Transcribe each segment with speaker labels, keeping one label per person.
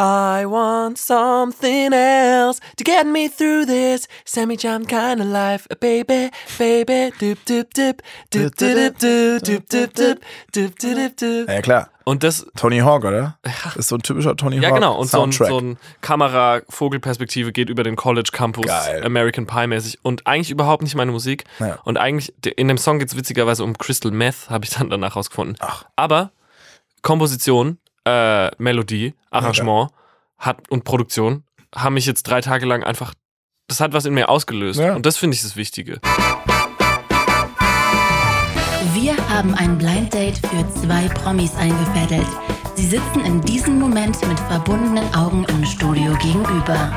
Speaker 1: I want something else to get me through this semi jam kind of life. Baby, baby, doop, doop, doop, doop, doop, doop, doop, doop, doop, doop, doop, doop.
Speaker 2: Ja, ja, klar.
Speaker 3: Äh, Und das,
Speaker 2: Tony Hawk, oder? Ist so ein typischer Tony Hawk.
Speaker 3: ja genau, und so ein,
Speaker 2: Soundtrack.
Speaker 3: so ein Kamera-Vogelperspektive geht über den College-Campus,
Speaker 2: Geil.
Speaker 3: American Pie-mäßig und eigentlich überhaupt nicht meine Musik.
Speaker 2: Ja.
Speaker 3: Und eigentlich, de- in dem Song geht es witzigerweise um Crystal Meth, habe ich dann danach rausgefunden.
Speaker 2: Ach.
Speaker 3: Aber Komposition, äh, Melodie, Arrangement hat, und Produktion haben mich jetzt drei Tage lang einfach, das hat was in mir ausgelöst.
Speaker 2: Ja.
Speaker 3: Und das finde ich das Wichtige.
Speaker 4: Wir haben ein Blind Date für zwei Promis eingefädelt. Sie sitzen in diesem Moment mit verbundenen Augen im Studio gegenüber.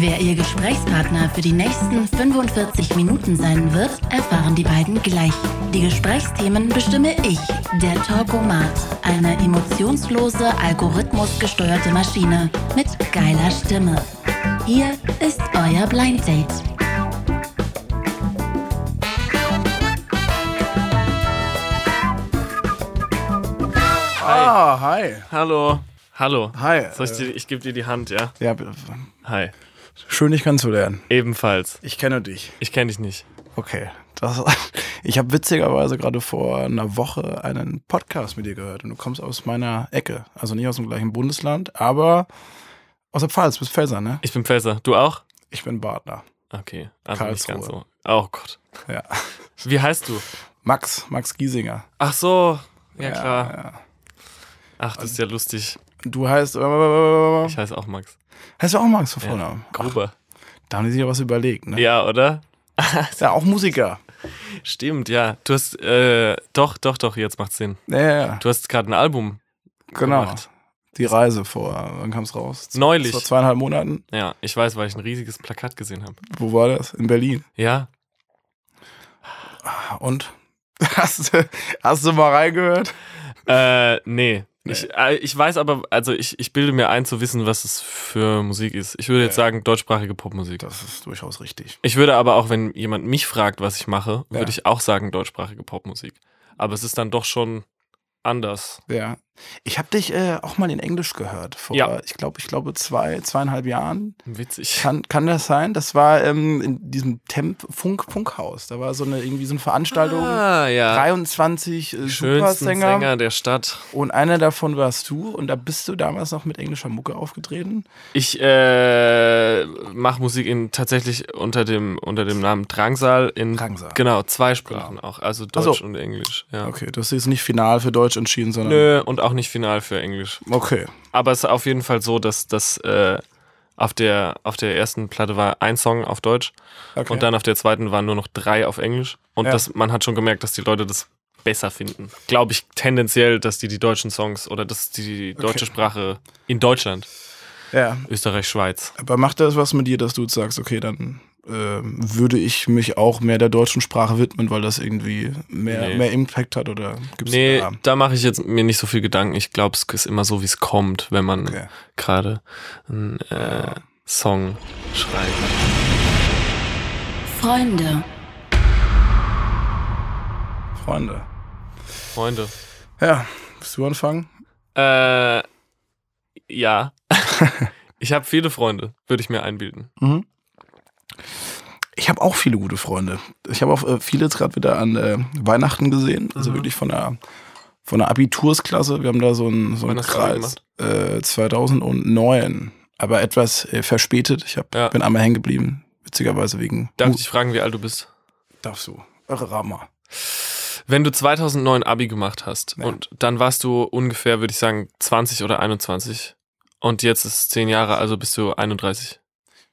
Speaker 4: Wer ihr Gesprächspartner für die nächsten 45 Minuten sein wird, erfahren die beiden gleich. Die Gesprächsthemen bestimme ich, der Talkomat, eine emotionslose, algorithmusgesteuerte Maschine mit geiler Stimme. Hier ist euer Blind Date.
Speaker 2: Ah, hi.
Speaker 3: Hallo. Hallo.
Speaker 2: Hi.
Speaker 3: Soll ich dir, ich gebe dir die Hand, ja?
Speaker 2: Ja,
Speaker 3: Hi.
Speaker 2: schön, dich kennenzulernen.
Speaker 3: Ebenfalls.
Speaker 2: Ich kenne dich.
Speaker 3: Ich kenne dich nicht.
Speaker 2: Okay. Das, ich habe witzigerweise gerade vor einer Woche einen Podcast mit dir gehört und du kommst aus meiner Ecke. Also nicht aus dem gleichen Bundesland, aber aus der Pfalz, bist Pfälzer, ne?
Speaker 3: Ich bin Pfälzer. Du auch?
Speaker 2: Ich bin Badner.
Speaker 3: Okay, also nicht ganz
Speaker 2: Karlsruhe.
Speaker 3: so. Oh Gott.
Speaker 2: Ja.
Speaker 3: Wie heißt du?
Speaker 2: Max, Max Giesinger.
Speaker 3: Ach so, ja, klar.
Speaker 2: Ja.
Speaker 3: Ach, das ist ja lustig.
Speaker 2: Du heißt. äh,
Speaker 3: Ich heiße auch Max.
Speaker 2: heißt du auch Max von
Speaker 3: Ja.
Speaker 2: Vornamen?
Speaker 3: Gruber.
Speaker 2: Ach, da haben die sich ja was überlegt, ne?
Speaker 3: Ja, oder?
Speaker 2: Ist ja auch Musiker.
Speaker 3: Stimmt, ja. Du hast, äh, doch, doch, doch, jetzt macht's Sinn.
Speaker 2: Ja, ja, ja.
Speaker 3: Du hast gerade ein Album
Speaker 2: genau.
Speaker 3: gemacht.
Speaker 2: Die Reise vor, wann kam's raus? Z-
Speaker 3: Neulich.
Speaker 2: Vor zweieinhalb Monaten.
Speaker 3: Ja, ich weiß, weil ich ein riesiges Plakat gesehen habe.
Speaker 2: Wo war das? In Berlin. Ah,
Speaker 3: Ja,
Speaker 2: Und? Hast du, hast du mal reingehört?
Speaker 3: äh, nee. Ich, äh, ich weiß aber, also ich, ich bilde mir ein zu wissen, was es für Musik ist. Ich würde jetzt sagen, deutschsprachige Popmusik.
Speaker 2: Das ist durchaus richtig.
Speaker 3: Ich würde aber auch, wenn jemand mich fragt, was ich mache,
Speaker 2: Ja.
Speaker 3: würde ich auch sagen, deutschsprachige Popmusik. Aber es ist dann doch schon anders.
Speaker 2: Ja. Ich habe dich äh, auch mal in Englisch gehört. Vor,
Speaker 3: Ja.
Speaker 2: Ich glaube, ich glaube zwei, zweieinhalb Jahren.
Speaker 3: Witzig.
Speaker 2: Kann, kann das sein? Das war ähm, in diesem Temp Funk Funkhaus. Da war so eine irgendwie so eine Veranstaltung.
Speaker 3: Ah, ja.
Speaker 2: 23 äh,
Speaker 3: Schönsten
Speaker 2: Supersänger
Speaker 3: Sänger der Stadt.
Speaker 2: und einer davon warst du und da bist du damals noch mit englischer Mucke aufgetreten.
Speaker 3: Ich äh, mache Musik in, tatsächlich unter dem, unter dem Namen Drangsal in
Speaker 2: Drangsal.
Speaker 3: genau zwei Sprachen auch, also
Speaker 2: Ach so.
Speaker 3: Deutsch und Englisch. Ja.
Speaker 2: Okay, das ist nicht final für Deutsch entschieden, sondern
Speaker 3: Nö, und auch nicht final für Englisch.
Speaker 2: okay.
Speaker 3: Aber es ist auf jeden Fall so, dass das äh, auf, der, auf der ersten Platte war ein Song auf Deutsch
Speaker 2: okay.
Speaker 3: und dann auf der zweiten waren nur noch drei auf Englisch. Und
Speaker 2: Ja.
Speaker 3: das, man hat schon gemerkt, dass die Leute das besser finden. Glaube ich tendenziell, dass die die deutschen Songs oder dass die deutsche
Speaker 2: Okay.
Speaker 3: Sprache in Deutschland,
Speaker 2: ja,
Speaker 3: Österreich, Schweiz.
Speaker 2: aber macht das was mit dir, dass du jetzt sagst, okay, dann ähm, würde ich mich auch mehr der deutschen Sprache widmen, weil das irgendwie mehr,
Speaker 3: Nee.
Speaker 2: mehr Impact hat oder gibt's
Speaker 3: Nee,
Speaker 2: da?
Speaker 3: da mache ich jetzt mir nicht so viel Gedanken. Ich glaube, es ist immer so, wie es kommt, wenn man
Speaker 2: Okay.
Speaker 3: gerade einen äh, Song schreibt.
Speaker 4: Freunde.
Speaker 2: Freunde.
Speaker 3: Freunde.
Speaker 2: Ja, willst du anfangen?
Speaker 3: Äh, ja. ich habe viele Freunde, würde ich mir einbilden.
Speaker 2: Mhm. Ich habe auch viele gute Freunde. Ich habe auch äh, viele jetzt gerade wieder an äh, Weihnachten gesehen.
Speaker 3: Mhm.
Speaker 2: Also wirklich von der, von der Abitursklasse. Wir haben da so einen, so einen
Speaker 3: Wann hast du die
Speaker 2: Kreis. Äh, 2009. Aber etwas äh, verspätet. Ich hab,
Speaker 3: Ja.
Speaker 2: bin einmal hängen geblieben. Witzigerweise wegen.
Speaker 3: Darf
Speaker 2: Mu-
Speaker 3: ich dich fragen, wie alt du bist?
Speaker 2: darfst du. Rama.
Speaker 3: Wenn du 2009 Abi gemacht hast
Speaker 2: Ja.
Speaker 3: und dann warst du ungefähr, würde ich sagen, 20 oder 21 und jetzt ist es 10 Jahre, also bist du 31.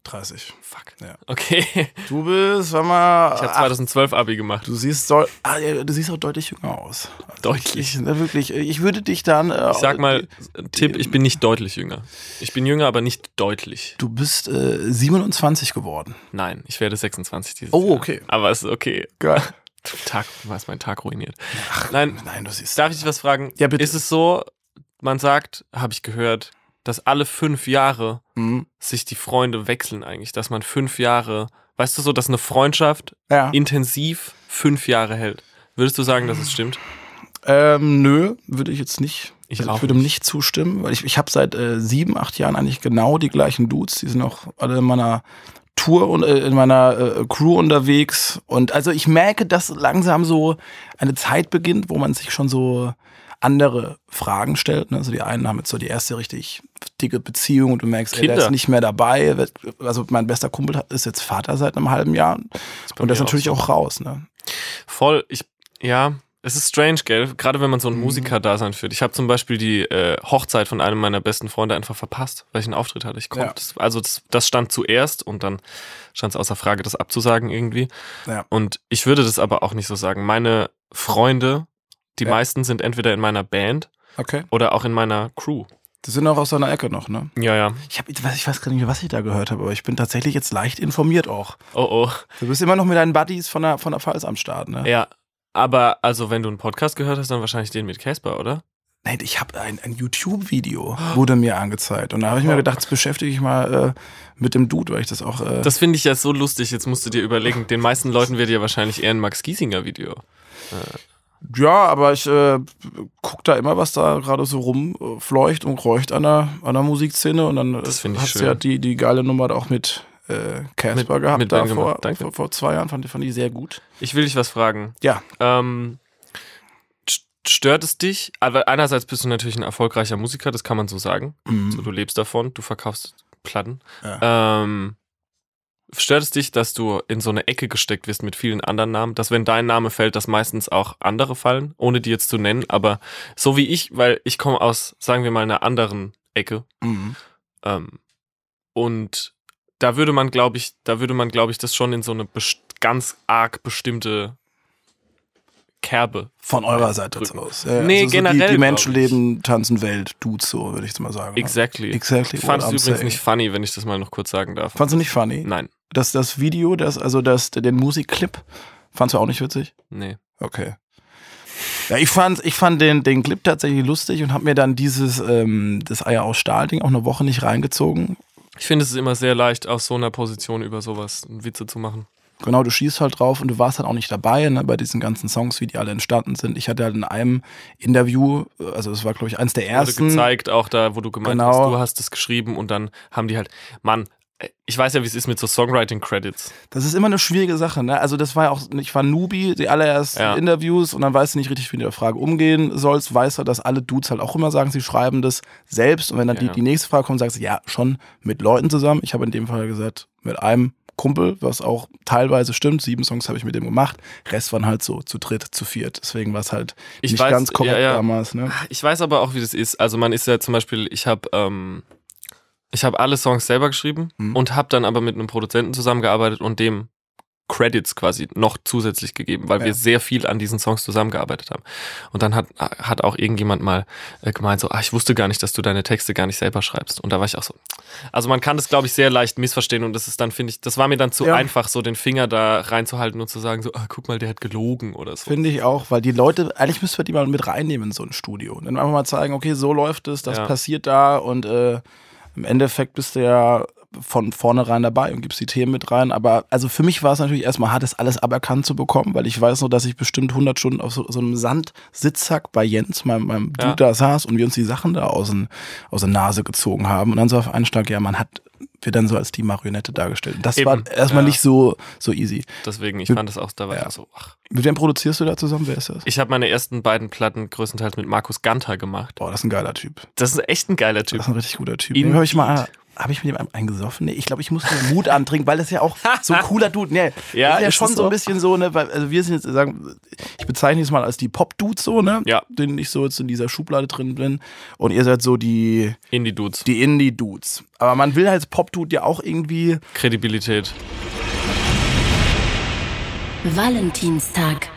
Speaker 2: 30. Fuck. Ja.
Speaker 3: Okay, ich
Speaker 2: Du bist, sag mal.
Speaker 3: habe
Speaker 2: ach,
Speaker 3: 2012 Abi gemacht.
Speaker 2: Du siehst, soll, ah, ja, du siehst auch deutlich jünger aus. Also
Speaker 3: Deutlich.
Speaker 2: Ich, ne, wirklich. Ich würde dich dann. Äh,
Speaker 3: Ich sag mal, Tipp, ich bin nicht deutlich jünger. Ich bin jünger, aber nicht deutlich.
Speaker 2: Du bist äh, 27 geworden.
Speaker 3: Nein, ich werde 26 dieses
Speaker 2: Oh,
Speaker 3: Jahr.
Speaker 2: okay.
Speaker 3: Aber es ist okay.
Speaker 2: Geil.
Speaker 3: Tag, du hast meinen Tag ruiniert. Nein,
Speaker 2: Nein, du siehst.
Speaker 3: Darf ich dich was fragen?
Speaker 2: Ja, bitte.
Speaker 3: Ist es so, man sagt, habe ich gehört, dass alle fünf Jahre
Speaker 2: Mhm.
Speaker 3: sich die Freunde wechseln eigentlich, dass man fünf Jahre, weißt du so, dass eine Freundschaft
Speaker 2: Ja.
Speaker 3: intensiv fünf Jahre hält. Würdest du sagen, dass es stimmt?
Speaker 2: Ähm, nö, würde ich jetzt nicht
Speaker 3: Ich
Speaker 2: Also ich
Speaker 3: auch
Speaker 2: würde ihm nicht zustimmen, weil ich, ich habe seit äh, sieben, acht Jahren eigentlich genau die gleichen Dudes. Die sind auch alle in meiner Tour und äh, in meiner äh, Crew unterwegs. Und also ich merke, dass langsam so eine Zeit beginnt, wo man sich schon so andere Fragen stellt. Ne? Also die einen haben jetzt so die erste richtig dicke Beziehung und du merkst, ey, der
Speaker 3: Kinder.
Speaker 2: ist nicht mehr dabei. Also mein bester Kumpel ist jetzt Vater seit einem halben Jahr
Speaker 3: bei
Speaker 2: und das
Speaker 3: mir auch
Speaker 2: natürlich
Speaker 3: so.
Speaker 2: auch, raus. Ne?
Speaker 3: Voll, ich, ja, es ist strange, gell? Gerade wenn man
Speaker 2: Mhm.
Speaker 3: so ein Musiker-Dasein führt. Ich habe zum Beispiel die äh, Hochzeit von einem meiner besten Freunde einfach verpasst, weil ich einen Auftritt hatte. Ich konnte,
Speaker 2: Ja.
Speaker 3: das, also das, das stand zuerst und dann stand es außer Frage, das abzusagen irgendwie.
Speaker 2: Ja.
Speaker 3: Und ich würde das aber auch nicht so sagen. Meine Freunde, die
Speaker 2: Ja.
Speaker 3: meisten sind entweder in meiner Band
Speaker 2: Okay.
Speaker 3: oder auch in meiner Crew.
Speaker 2: Die sind auch aus seiner Ecke noch, ne?
Speaker 3: Ja, ja.
Speaker 2: Ich, hab, ich, weiß, ich weiß gar nicht mehr, was ich da gehört habe, aber ich bin tatsächlich jetzt leicht informiert auch.
Speaker 3: Oh, oh.
Speaker 2: Du bist immer noch mit deinen Buddies von der, von der Pfalz am Start, ne?
Speaker 3: Ja. Aber also, wenn du einen Podcast gehört hast, dann wahrscheinlich den mit Casper, oder?
Speaker 2: Nein, ich habe ein, ein YouTube-Video, wurde mir angezeigt. Und da habe ich mir gedacht, das beschäftige ich mal äh, mit dem Dude, weil ich das auch... Äh,
Speaker 3: Das finde ich ja so lustig. Jetzt musst du dir überlegen, den meisten Leuten wird ja wahrscheinlich eher ein Max Giesinger-Video.
Speaker 2: ja, aber ich äh, guck da immer, was da gerade so rumfleucht und räucht an der, an der Musikszene. Und dann äh,
Speaker 3: Das find ich
Speaker 2: hast du
Speaker 3: schön.
Speaker 2: ja die, die geile Nummer da auch mit äh, Casper
Speaker 3: Mit-
Speaker 2: gehabt.
Speaker 3: mit
Speaker 2: da
Speaker 3: Ben
Speaker 2: vor,
Speaker 3: gemacht. Danke.
Speaker 2: vor, vor zwei Jahren fand, ich- fand ich sehr gut.
Speaker 3: Ich will dich was fragen.
Speaker 2: Ja,
Speaker 3: Ähm, st- stört es dich? Aber einerseits bist du natürlich ein erfolgreicher Musiker, das kann man so sagen.
Speaker 2: Mhm.
Speaker 3: So, du lebst davon, du verkaufst Platten. Ähm, stört es dich, dass du in so eine Ecke gesteckt wirst mit vielen anderen Namen? Dass wenn dein Name fällt, dass meistens auch andere fallen, ohne die jetzt zu nennen. Aber so wie ich, weil ich komme aus, sagen wir mal, einer anderen Ecke.
Speaker 2: Mhm.
Speaker 3: Ähm, und da würde man, glaube ich, da würde man, glaube ich, das schon in so eine best- ganz arg bestimmte Kerbe.
Speaker 2: Von eurer Seite
Speaker 3: drücken.
Speaker 2: aus. Ja,
Speaker 3: Nee,
Speaker 2: also so Die,
Speaker 3: generell,
Speaker 2: die
Speaker 3: glaub
Speaker 2: Menschen
Speaker 3: ich.
Speaker 2: leben, tanzen Welt, dudes so, würde ich jetzt mal sagen.
Speaker 3: Exactly.
Speaker 2: Exactly.
Speaker 3: Ich fand es
Speaker 2: what I'm
Speaker 3: übrigens
Speaker 2: saying.
Speaker 3: nicht funny, wenn ich das mal noch kurz sagen darf.
Speaker 2: Fandst du nicht funny?
Speaker 3: Nein,
Speaker 2: Das, das Video, das, also das, den Musikclip, fandst du auch nicht witzig?
Speaker 3: nee.
Speaker 2: Okay. Ja, ich fand, ich fand den, den Clip tatsächlich lustig und habe mir dann dieses, ähm, das Eier aus Stahl-Ding auch eine Woche nicht reingezogen.
Speaker 3: Ich finde es ist immer sehr leicht, aus so einer Position über sowas Witze zu machen.
Speaker 2: Genau, du schießt halt drauf und du warst halt auch nicht dabei ne, bei diesen ganzen Songs, wie die alle entstanden sind. Ich hatte halt in einem Interview, also es war, glaube ich, eins der
Speaker 3: Wurde
Speaker 2: ersten.
Speaker 3: gezeigt, auch da, wo du gemeint
Speaker 2: Genau.
Speaker 3: hast, du hast es geschrieben und dann haben die halt, Mann, äh, ich weiß ja, wie es ist mit so Songwriting-Credits.
Speaker 2: Das ist immer eine schwierige Sache, ne? Also das war ja auch, ich war Nubi, die allerersten
Speaker 3: Ja.
Speaker 2: Interviews und dann weißt du nicht richtig, wie du mit der Frage umgehen sollst, weißt du, dass alle Dudes halt auch immer sagen, sie schreiben das selbst und wenn dann
Speaker 3: Ja,
Speaker 2: die,
Speaker 3: ja.
Speaker 2: die nächste Frage kommt, sagst du, ja, schon mit Leuten zusammen. Ich habe in dem Fall gesagt, mit einem Kumpel, was auch teilweise stimmt. Sieben Songs habe ich mit dem gemacht, Rest waren halt so zu dritt, zu viert. Deswegen war es halt
Speaker 3: Ich
Speaker 2: nicht
Speaker 3: weiß,
Speaker 2: ganz korrekt
Speaker 3: ja, ja.
Speaker 2: damals, ne?
Speaker 3: Ich weiß aber auch, wie das ist. Also man ist ja zum Beispiel, ich habe ähm, ich habe alle Songs selber geschrieben
Speaker 2: Mhm.
Speaker 3: und habe dann aber mit einem Produzenten zusammengearbeitet und dem Credits quasi noch zusätzlich gegeben, weil
Speaker 2: Ja.
Speaker 3: wir sehr viel an diesen Songs zusammengearbeitet haben. Und dann hat, hat auch irgendjemand mal äh, gemeint, so, ah, ich wusste gar nicht, dass du deine Texte gar nicht selber schreibst. Und da war ich auch so. Also man kann das, glaube ich, sehr leicht missverstehen und das ist dann, finde ich, das war mir dann zu
Speaker 2: Ja.
Speaker 3: einfach, so den Finger da reinzuhalten und zu sagen, so, ah, guck mal, der hat gelogen oder so.
Speaker 2: Finde ich auch, weil die Leute, eigentlich müssten wir die mal mit reinnehmen in so ein Studio. Und dann einfach mal zeigen, okay, so läuft es, das
Speaker 3: Ja.
Speaker 2: passiert da und äh, im Endeffekt bist du ja von vornherein dabei und gibst die Themen mit rein. Aber also für mich war es natürlich erstmal hart, das alles aberkannt zu bekommen, weil ich weiß noch, dass ich bestimmt 100 Stunden auf so, so einem Sandsitzsack bei Jens, meinem, meinem
Speaker 3: Ja.
Speaker 2: Dude, da saß und wir uns die Sachen da aus, den, aus der Nase gezogen haben. Und dann so auf einen Schlag, ja, man hat wir dann so als die Marionette dargestellt. Und Das
Speaker 3: Eben,
Speaker 2: war erstmal
Speaker 3: ja.
Speaker 2: nicht so, so easy.
Speaker 3: Deswegen, ich
Speaker 2: Mit-
Speaker 3: fand das auch, da war
Speaker 2: Ja.
Speaker 3: ich so, ach.
Speaker 2: Mit wem produzierst du da zusammen? Wer ist das?
Speaker 3: Ich habe meine ersten beiden Platten größtenteils mit Markus Ganter gemacht.
Speaker 2: Boah, das ist ein geiler Typ.
Speaker 3: Das ist echt ein geiler
Speaker 2: Das
Speaker 3: Typ.
Speaker 2: ist ein richtig guter Typ.
Speaker 3: Indeed.
Speaker 2: Dem hab ich mal. Habe ich mit ihm einen- einen gesoffen? Nee, ich glaube, ich muss mir Mut antrinken, weil das ja auch so ein cooler Dude. Nee,
Speaker 3: Ja,
Speaker 2: das ist ja
Speaker 3: ist
Speaker 2: schon
Speaker 3: es
Speaker 2: so ein
Speaker 3: auch.
Speaker 2: bisschen so, ne, weil, also wir sind jetzt, sagen, ich bezeichne es mal als die Pop-Dudes so, ne?
Speaker 3: Ja.
Speaker 2: Den ich so jetzt in dieser Schublade drin bin. Und ihr seid so die,
Speaker 3: Indie-Dudes.
Speaker 2: die Indie-Dudes. Aber man will als Pop-Dude ja auch irgendwie.
Speaker 3: Kredibilität.
Speaker 4: Valentinstag.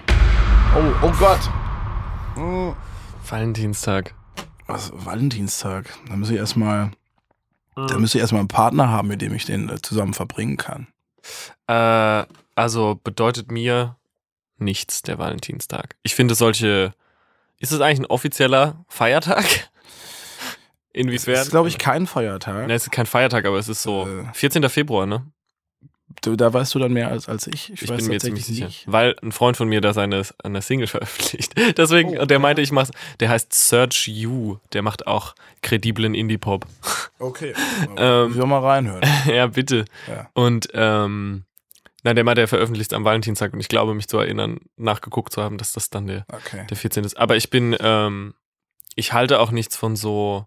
Speaker 2: Oh, oh Gott!
Speaker 3: Valentinstag.
Speaker 2: Was, Valentinstag. Da müsste ich erstmal. Da müsste ich erstmal einen Partner haben, mit dem ich den äh, zusammen verbringen kann.
Speaker 3: Äh, also bedeutet mir nichts der Valentinstag. Ich finde solche. Ist es eigentlich ein offizieller Feiertag? Inwiefern?
Speaker 2: Das ist, glaube ich, kein Feiertag.
Speaker 3: Ne, es ist kein Feiertag, aber es ist so.
Speaker 2: Äh.
Speaker 3: 14. Februar, ne?
Speaker 2: da, da weißt du dann mehr als, als ich.
Speaker 3: Ich, bin mir ziemlich sicher. Weil ein Freund von mir da seine, eine Single veröffentlicht. Deswegen, und der meinte, ich mach's. Der heißt Search You. Der macht auch krediblen Indie-Pop.
Speaker 2: Okay.
Speaker 3: Ähm,
Speaker 2: Wir mal reinhören.
Speaker 3: ja, bitte.
Speaker 2: Ja.
Speaker 3: Und ähm, nein, der meinte, er veröffentlicht am Valentinstag und ich glaube, mich zu erinnern, nachgeguckt zu haben, dass das dann der,
Speaker 2: Okay.
Speaker 3: der 14 ist. Aber ich bin, ähm, ich halte auch nichts von so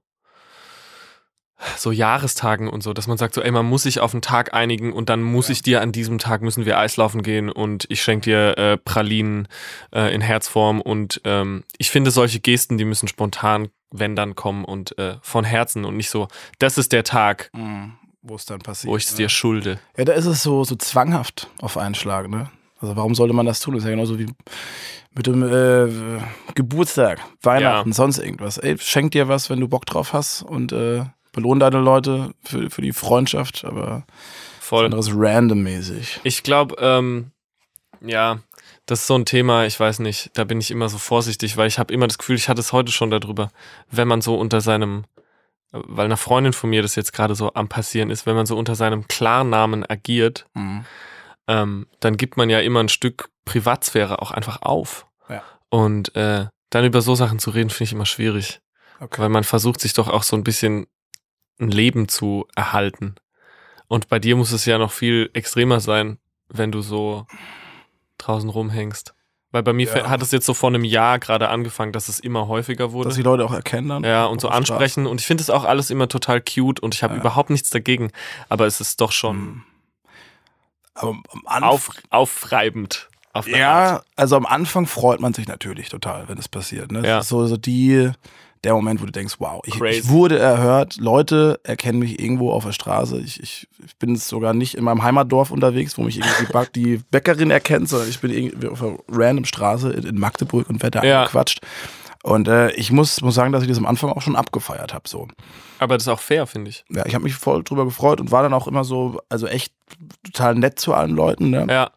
Speaker 3: so Jahrestagen und so, dass man sagt so, ey, man muss sich auf einen Tag einigen und dann muss ich dir an diesem Tag müssen wir Eislaufen gehen und ich schenke dir äh, Pralinen äh, in Herzform und ähm, ich finde solche Gesten, die müssen spontan, wenn dann kommen und äh, von Herzen und nicht so, das ist der Tag,
Speaker 2: Mhm. Wo es dann passiert.
Speaker 3: wo ich es
Speaker 2: ne?
Speaker 3: dir schulde.
Speaker 2: Ja, da ist es so, so zwanghaft auf einen Schlag, ne? Also warum sollte man das tun? Das ist ja genauso wie mit dem äh, Geburtstag, Weihnachten,
Speaker 3: Ja.
Speaker 2: sonst irgendwas. Ey, schenk dir was, wenn du Bock drauf hast und äh, belohn deine Leute für, für die Freundschaft, aber
Speaker 3: Voll.
Speaker 2: anderes randommäßig.
Speaker 3: Ich glaube, ähm, ja, das ist so ein Thema, ich weiß nicht, da bin ich immer so vorsichtig, weil ich habe immer das Gefühl, ich hatte es heute schon darüber, wenn man so unter seinem, weil eine Freundin von mir das jetzt gerade so am Passieren ist, wenn man so unter seinem Klarnamen agiert,
Speaker 2: Mhm.
Speaker 3: ähm, dann gibt man ja immer ein Stück Privatsphäre auch einfach auf.
Speaker 2: Ja.
Speaker 3: Und äh, dann über so Sachen zu reden, finde ich immer schwierig,
Speaker 2: Okay.
Speaker 3: weil man versucht sich doch auch so ein bisschen ein Leben zu erhalten. Und bei dir muss es ja noch viel extremer sein, wenn du so draußen rumhängst. Weil bei mir
Speaker 2: Ja.
Speaker 3: hat es jetzt so vor einem Jahr gerade angefangen, dass es immer häufiger
Speaker 2: Dass
Speaker 3: wurde.
Speaker 2: die Leute auch erkennen dann.
Speaker 3: Ja, und so
Speaker 2: auf der
Speaker 3: ansprechen. Und ich finde es auch alles immer total cute und ich habe
Speaker 2: Ja.
Speaker 3: überhaupt nichts dagegen. Aber es ist doch
Speaker 2: Straße.
Speaker 3: schon
Speaker 2: Mhm. Aber am Anfang.
Speaker 3: auf, aufreibend. Auf eine Art.
Speaker 2: Hm. Ja, also am Anfang freut man sich natürlich total, wenn es passiert. Ne?
Speaker 3: Ja.
Speaker 2: Das ist so, so die, der Moment, wo du denkst, wow, ich,
Speaker 3: Crazy.
Speaker 2: ich wurde erhört, Leute erkennen mich irgendwo auf der Straße. Ich, ich, ich bin jetzt sogar nicht in meinem Heimatdorf unterwegs, wo mich irgendwie die, Ba- die Bäckerin erkennt, sondern ich bin irgendwie auf einer random Straße in, in Magdeburg und werde da
Speaker 3: Ja.
Speaker 2: angequatscht. Und äh, ich muss, muss sagen, dass ich das am Anfang auch schon abgefeiert habe. So
Speaker 3: Aber das ist auch fair, finde ich.
Speaker 2: ja, ich habe mich voll drüber gefreut und war dann auch immer so, also echt total nett zu allen Leuten. Ne?
Speaker 3: Ja,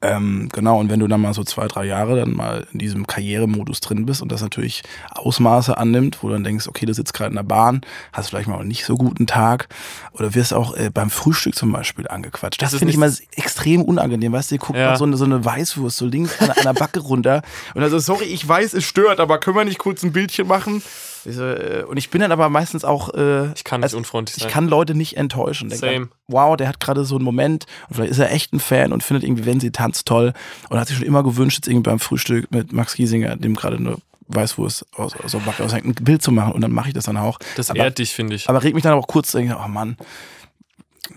Speaker 2: Ähm, genau, und wenn du dann mal so zwei, drei Jahre dann mal in diesem Karrieremodus drin bist und das natürlich Ausmaße annimmt, wo du dann denkst, okay, du sitzt gerade in der Bahn, hast vielleicht mal einen nicht so guten Tag oder wirst auch äh, beim Frühstück zum Beispiel angequatscht. Das,
Speaker 3: Das ist
Speaker 2: finde ich
Speaker 3: nicht-
Speaker 2: mal extrem unangenehm, weißt du, ihr guckt
Speaker 3: Ja.
Speaker 2: noch so eine, so eine Weißwurst so links an, an der Backe runter und also, sorry, ich weiß, es stört, aber können wir nicht kurz ein Bildchen machen? Ich so, äh, Und ich bin dann aber meistens auch... Äh,
Speaker 3: ich kann nicht unfreundlich
Speaker 2: ich
Speaker 3: sein.
Speaker 2: kann Leute nicht enttäuschen. Denk
Speaker 3: Same.
Speaker 2: Dann, wow, der hat gerade so einen Moment und vielleicht ist er echt ein Fan und findet irgendwie, wenn sie tanzt, toll und hat sich schon immer gewünscht, jetzt irgendwie beim Frühstück mit Max Giesinger, dem gerade eine Weißwurst aus, aus der Backe aushängt, ein Bild zu machen und dann mache ich das dann auch.
Speaker 3: das
Speaker 2: aber,
Speaker 3: ehrt dich, finde ich.
Speaker 2: aber regt mich dann auch kurz, denke ich, oh Mann,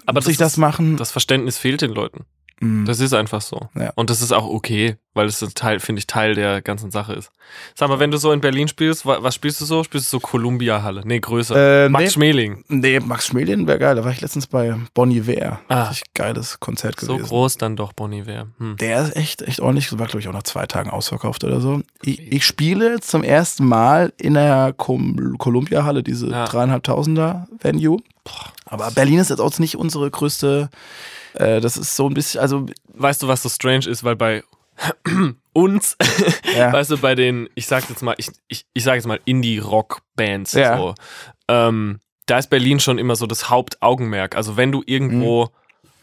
Speaker 3: Aber
Speaker 2: muss ich das
Speaker 3: ist-
Speaker 2: machen?
Speaker 3: Das Verständnis fehlt den Leuten.
Speaker 2: Mm.
Speaker 3: Das ist einfach so.
Speaker 2: Ja.
Speaker 3: Und das ist auch okay, weil es ein Teil, finde ich, Teil der ganzen Sache ist. Sag mal, wenn du so in Berlin spielst, wa- was spielst du so? Spielst du so Columbia-Halle? Nee, größer.
Speaker 2: Äh,
Speaker 3: Max
Speaker 2: nee.
Speaker 3: Schmeling.
Speaker 2: nee, Max Schmelin wäre geil, da war ich letztens bei Bon Iver.
Speaker 3: Ah.
Speaker 2: Richtig geiles Konzert
Speaker 3: So
Speaker 2: gewesen.
Speaker 3: groß dann doch, Bonnie Wär. Hm.
Speaker 2: Der ist echt, echt ordentlich. War, glaube ich, auch nach zwei Tagen ausverkauft oder so. Ich, ich spiele zum ersten Mal in der Com Columbia-Halle, diese
Speaker 3: Ja.
Speaker 2: dreieinhalbtausender Venue. Aber Berlin ist jetzt auch nicht unsere größte. Äh, das ist so ein bisschen, also
Speaker 3: Weißt du, was so strange ist? Weil bei uns,
Speaker 2: Ja.
Speaker 3: weißt du, bei den, ich sag jetzt mal, ich, ich, ich sag jetzt mal Indie-Rock-Bands,
Speaker 2: Ja.
Speaker 3: so, ähm, da ist Berlin schon immer so das Hauptaugenmerk. Also wenn du irgendwo
Speaker 2: Mhm.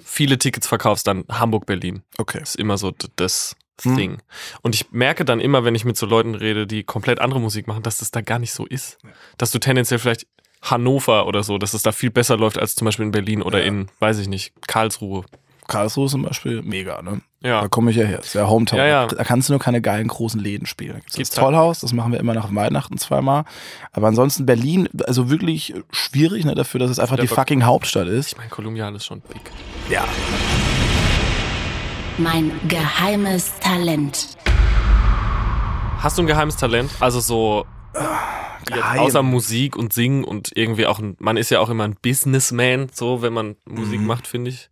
Speaker 3: viele Tickets verkaufst, dann Hamburg, Berlin.
Speaker 2: okay.
Speaker 3: ist immer so d- das
Speaker 2: Hm.
Speaker 3: Thing. Und ich merke dann immer, wenn ich mit so Leuten rede, die komplett andere Musik machen, dass das da gar nicht so ist. Dass du tendenziell vielleicht Hannover oder so, dass es da viel besser läuft als zum Beispiel in Berlin oder in, weiß ich nicht, Karlsruhe.
Speaker 2: Karlsruhe zum Beispiel, mega, ne?
Speaker 3: Ja.
Speaker 2: Da komme ich ja her. Das ist ja Hometown.
Speaker 3: Ah. Ja, ja.
Speaker 2: Da kannst du nur keine geilen großen Läden spielen. Da gibt's
Speaker 3: Gibt's
Speaker 2: das Tollhaus, das machen wir immer nach Weihnachten zweimal. Aber ansonsten Berlin, also wirklich schwierig, ne, dafür, dass es einfach
Speaker 3: Der
Speaker 2: die
Speaker 3: Ver-
Speaker 2: fucking Hauptstadt ist.
Speaker 3: Ich meine, Kolumbial ist schon big.
Speaker 2: Ja.
Speaker 4: Mein geheimes Talent.
Speaker 3: Hast du ein geheimes Talent? Also so jetzt
Speaker 2: geheim.
Speaker 3: außer Musik und Singen und irgendwie auch ein, man ist ja auch immer ein Businessman, so wenn man Musik
Speaker 2: Mhm.
Speaker 3: macht, finde ich.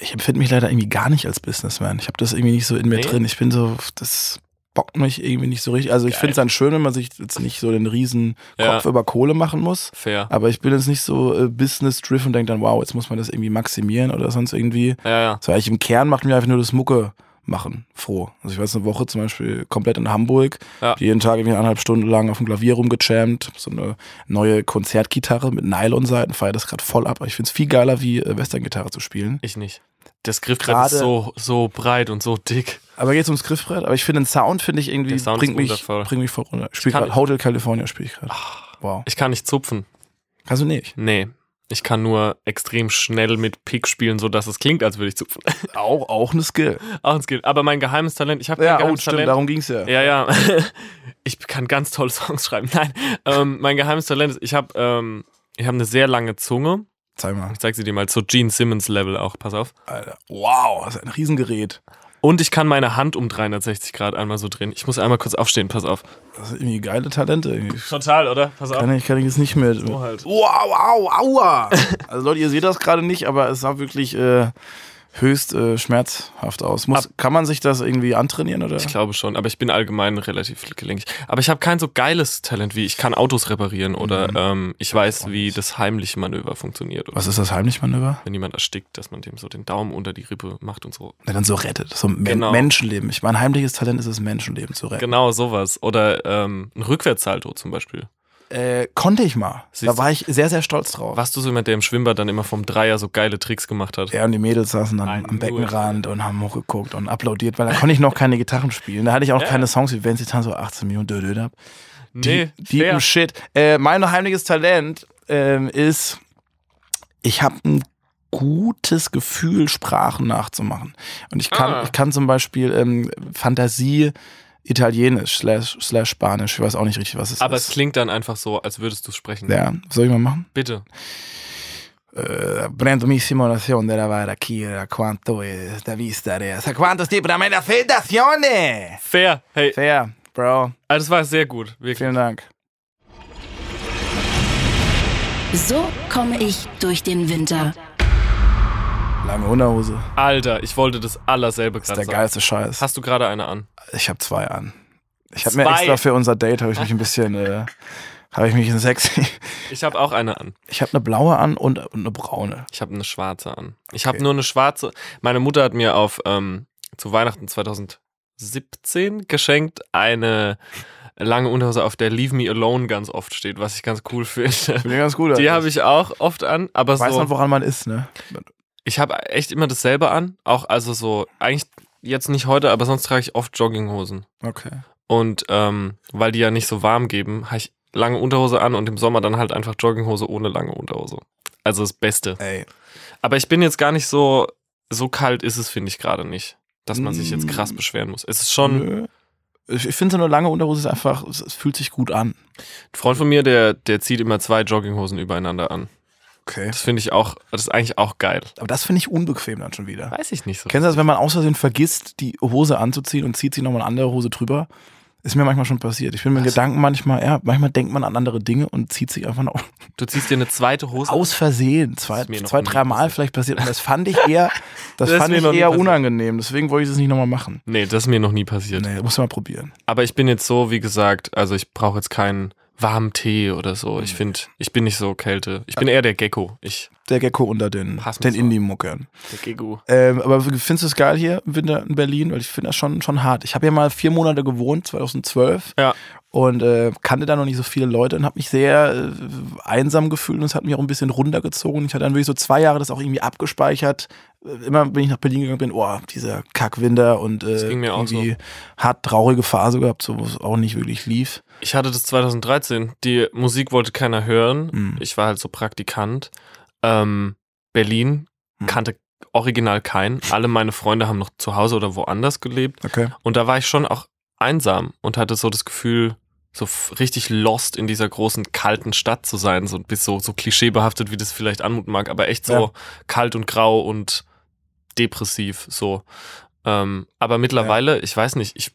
Speaker 2: ich empfinde mich leider irgendwie gar nicht als Businessman. Ich habe das irgendwie nicht so in mir
Speaker 3: Nee?
Speaker 2: drin. Ich bin so, das bockt mich irgendwie nicht so richtig. Also ich
Speaker 3: Geil.
Speaker 2: finde es dann schön, wenn man sich jetzt nicht so den riesen
Speaker 3: Ja.
Speaker 2: Kopf über Kohle machen muss.
Speaker 3: Fair.
Speaker 2: Aber ich bin jetzt nicht so äh, business-driven und denke dann, wow, jetzt muss man das irgendwie maximieren oder sonst irgendwie.
Speaker 3: Ja, ja.
Speaker 2: So, ich im Kern macht mir einfach nur das Mucke machen froh. Also ich war jetzt eine Woche zum Beispiel komplett in Hamburg,
Speaker 3: Ja.
Speaker 2: hab jeden Tag irgendwie eineinhalb Stunden lang auf dem Klavier rumgejammt, so eine neue Konzertgitarre mit Nylonseiten, feier das gerade voll ab. Aber ich finde es viel geiler, wie äh, Western-Gitarre zu spielen.
Speaker 3: Ich nicht. Das Griffbrett
Speaker 2: Gerade-
Speaker 3: ist so, so breit und so dick.
Speaker 2: Aber geht's ums Griffbrett? Aber ich finde den Sound finde ich irgendwie
Speaker 3: Der Sound
Speaker 2: bringt
Speaker 3: ist
Speaker 2: mich,
Speaker 3: wundervoll.
Speaker 2: bringt mich voll runter. Ich spiel
Speaker 3: kann-
Speaker 2: gerade Hotel California spiel ich gerade. Wow.
Speaker 3: Ich kann nicht zupfen.
Speaker 2: Kannst du nicht?
Speaker 3: Nee. Ich kann nur extrem schnell mit Pick spielen, sodass es klingt, als würde ich zupfen.
Speaker 2: Auch auch eine Skill.
Speaker 3: Auch ein Skill. Aber mein geheimes Talent, ich habe kein
Speaker 2: Ja, oh,
Speaker 3: geheimes
Speaker 2: stimmt.
Speaker 3: Talent.
Speaker 2: Darum ging's ja.
Speaker 3: Ja, ja. Ich kann ganz tolle Songs schreiben. Nein, ähm, mein geheimes Talent ist, ich habe ähm, ich hab eine sehr lange Zunge.
Speaker 2: Zeig mal,
Speaker 3: Ich zeig sie dir mal, so Gene Simmons Level auch, pass auf.
Speaker 2: Alter. Wow, das ist ein Riesengerät.
Speaker 3: Und ich kann meine Hand um 360 Grad einmal so drehen. Ich muss einmal kurz aufstehen, pass auf.
Speaker 2: Das sind irgendwie geile Talente. Irgendwie.
Speaker 3: Total, oder? Pass auf.
Speaker 2: Kann ich, kann ich jetzt nicht mehr.
Speaker 3: So halt.
Speaker 2: Wow, au, aua. Also Leute, ihr seht das gerade nicht, aber es sah wirklich äh, höchst äh, schmerzhaft aus. Muss, kann man sich das irgendwie antrainieren oder?
Speaker 3: Ich glaube schon, aber ich bin allgemein relativ gelenkig. Aber ich habe kein so geiles Talent wie ich kann Autos reparieren oder
Speaker 2: Mhm.
Speaker 3: ähm, ich weiß, wie das heimliche Manöver funktioniert. Oder
Speaker 2: Was ist das Heimlichmanöver?
Speaker 3: wenn jemand erstickt, dass man dem so den Daumen unter die Rippe macht und so.
Speaker 2: Na, dann so rettet. So Men
Speaker 3: Genau.
Speaker 2: Menschenleben. Ich meine, heimliches Talent ist es, Menschenleben zu retten.
Speaker 3: Genau, sowas. Oder ähm, ein Rückwärtssalto zum Beispiel.
Speaker 2: Äh, konnte ich mal.
Speaker 3: Siehst
Speaker 2: da war ich sehr, sehr stolz drauf.
Speaker 3: Warst du so jemand, der im Schwimmbad dann immer vom Dreier so geile Tricks gemacht hat?
Speaker 2: Er und die Mädels saßen dann
Speaker 3: Nein,
Speaker 2: am
Speaker 3: nur.
Speaker 2: Beckenrand und haben hochgeguckt und applaudiert, weil da konnte ich noch keine Gitarren spielen. Da hatte ich auch keine Songs wie Wenn sie tanzen, so 18 Millionen Dödöd ab.
Speaker 3: Nee,
Speaker 2: Die
Speaker 3: fair.
Speaker 2: Deepen Shit. Äh, mein heimliches Talent ähm, ist, ich habe ein gutes Gefühl, Sprachen nachzumachen. Und ich kann,
Speaker 3: Ah.
Speaker 2: ich kann zum Beispiel ähm, Fantasie Italienisch slash, slash Spanisch. Ich weiß auch nicht richtig, was es
Speaker 3: aber es
Speaker 2: ist.
Speaker 3: klingt dann einfach so, als würdest du sprechen.
Speaker 2: ja, soll ich mal machen?
Speaker 3: Bitte.
Speaker 2: Prendo mi simulación de Eh, la barraquilla, cuánto es la vista de esa, cuántos tipos de meditaciones.
Speaker 3: Fair. Hey,
Speaker 2: Fair, eh, Bro.
Speaker 3: Also das war sehr gut. Wirklich.
Speaker 2: Vielen Dank.
Speaker 4: So komme ich durch den Winter.
Speaker 2: Lange Unterhose.
Speaker 3: Alter, ich wollte das aller selber
Speaker 2: Das ist
Speaker 3: gerade
Speaker 2: der
Speaker 3: sagen.
Speaker 2: geilste Scheiß.
Speaker 3: Hast du gerade eine an?
Speaker 2: Ich habe zwei an. Ich habe mir
Speaker 3: Zwei?
Speaker 2: extra für unser Date, habe ich mich ein bisschen, äh, habe ich mich in sexy.
Speaker 3: Ich habe auch eine an.
Speaker 2: Ich habe eine blaue an und, und eine braune.
Speaker 3: Ich habe eine schwarze an. Ich habe nur eine schwarze. Meine Mutter hat mir auf ähm, zu Weihnachten 2017 geschenkt eine lange Unterhose, auf der Leave Me Alone ganz oft steht, was ich ganz cool finde.
Speaker 2: Finde ich ganz gut.
Speaker 3: Die habe ich auch oft an, aber
Speaker 2: Weiß
Speaker 3: so,
Speaker 2: man, woran man ist, ne?
Speaker 3: ich habe echt immer dasselbe an. Auch also so eigentlich jetzt nicht heute, aber sonst trage ich oft Jogginghosen.
Speaker 2: Okay.
Speaker 3: Und ähm, weil die ja nicht so warm geben, habe ich lange Unterhose an und im Sommer dann halt einfach Jogginghose ohne lange Unterhose. Also das Beste.
Speaker 2: Ey.
Speaker 3: Aber ich bin jetzt gar nicht so, so kalt ist es, finde ich gerade nicht. Dass man sich jetzt
Speaker 2: Mm.
Speaker 3: krass beschweren muss. Es ist schon,
Speaker 2: Nö. Ich ich finde so eine lange Unterhose ist einfach, es, es fühlt sich gut an.
Speaker 3: ein Freund von mir, der, der zieht immer zwei Jogginghosen übereinander an.
Speaker 2: Okay.
Speaker 3: Das finde ich auch, das ist eigentlich auch geil.
Speaker 2: Aber das finde ich unbequem dann schon wieder.
Speaker 3: Weiß ich nicht so.
Speaker 2: Kennst du das, wenn man aus Versehen vergisst, die Hose anzuziehen und zieht sie nochmal eine andere Hose drüber? Ist mir manchmal schon passiert. Ich bin mit Gedanken manchmal, ja, manchmal denkt man an andere Dinge und zieht sich einfach noch
Speaker 3: Du ziehst dir eine zweite Hose an.
Speaker 2: aus Versehen zwei,
Speaker 3: ist mir noch
Speaker 2: zwei
Speaker 3: nie
Speaker 2: drei Mal
Speaker 3: passiert.
Speaker 2: vielleicht passiert. Und das fand ich eher, das
Speaker 3: Das ist
Speaker 2: fand
Speaker 3: mir
Speaker 2: ich
Speaker 3: noch nie
Speaker 2: eher
Speaker 3: passiert.
Speaker 2: unangenehm. Deswegen wollte ich es nicht nochmal machen.
Speaker 3: Nee, das ist mir noch nie passiert.
Speaker 2: Nee, muss man mal probieren.
Speaker 3: Aber ich bin jetzt so, wie gesagt, also ich brauche jetzt keinen warmen Tee oder so. Ich finde, ich bin nicht so Kälte. Ich bin eher der Gecko. Ich,
Speaker 2: Der Gecko unter den,
Speaker 3: Pass mir
Speaker 2: den
Speaker 3: so.
Speaker 2: Indie-Muckern.
Speaker 3: der Gecko.
Speaker 2: Ähm, aber findest du es geil hier im Winter in Berlin? Weil ich finde das schon, schon hart. Ich habe ja mal vier Monate gewohnt, 2012.
Speaker 3: Ja.
Speaker 2: Und äh, kannte da noch nicht so viele Leute und habe mich sehr äh, einsam gefühlt und es hat mich auch ein bisschen runtergezogen. Ich hatte dann wirklich so zwei Jahre das auch irgendwie abgespeichert. Äh, Immer wenn ich nach Berlin gegangen bin, oh, dieser Kackwinter und äh,
Speaker 3: ging mir auch
Speaker 2: irgendwie hart traurige Phase gehabt, so, wo es auch nicht wirklich lief.
Speaker 3: Ich hatte das 2013. Die Musik wollte keiner hören.
Speaker 2: Mhm.
Speaker 3: Ich war halt so Praktikant. Ähm, Berlin
Speaker 2: Mhm.
Speaker 3: kannte original keinen. Alle meine Freunde haben noch zu Hause oder woanders gelebt.
Speaker 2: Okay.
Speaker 3: Und da war ich schon auch einsam und hatte so das Gefühl, so f- richtig lost in dieser großen kalten Stadt zu sein. So ein bisschen so, so klischeebehaftet, wie das vielleicht anmuten mag, aber echt so
Speaker 2: Ja.
Speaker 3: kalt und grau und depressiv. So. Ähm, aber mittlerweile, ich weiß nicht, ich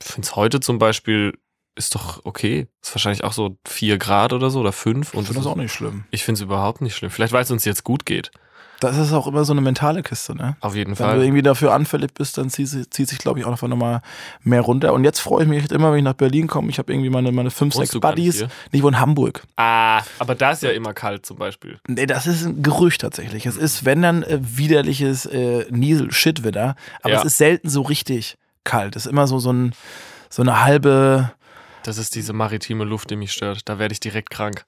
Speaker 3: finde es heute zum Beispiel ist doch okay. Ist wahrscheinlich auch so vier Grad oder so oder fünf.
Speaker 2: Und
Speaker 3: Und
Speaker 2: das ist auch nicht schlimm.
Speaker 3: ich finde es überhaupt nicht schlimm. Vielleicht weil es uns jetzt gut geht.
Speaker 2: Das ist auch immer so eine mentale Kiste, ne?
Speaker 3: Auf jeden
Speaker 2: Wenn du
Speaker 3: Fall.
Speaker 2: irgendwie dafür anfällig bist, dann zieht, sie- zieht sich, glaube ich, auch einfach nochmal mehr runter. Und jetzt freue ich mich echt immer, wenn ich nach Berlin komme. Ich habe irgendwie meine, meine fünf,
Speaker 3: Wohnst
Speaker 2: sechs
Speaker 3: du gar nicht
Speaker 2: Buddies.
Speaker 3: hier?
Speaker 2: Ich wohne in Hamburg.
Speaker 3: Ah, aber da ist ja immer kalt zum Beispiel.
Speaker 2: Nee, das ist ein Gerücht tatsächlich. Es ist, wenn dann, äh, widerliches äh, Niesel-Shit-Wetter. Aber
Speaker 3: Ja.
Speaker 2: es ist selten so richtig kalt. Es ist immer so, so, ein, so eine halbe.
Speaker 3: Das ist diese maritime Luft, die mich stört. Da werde ich direkt krank.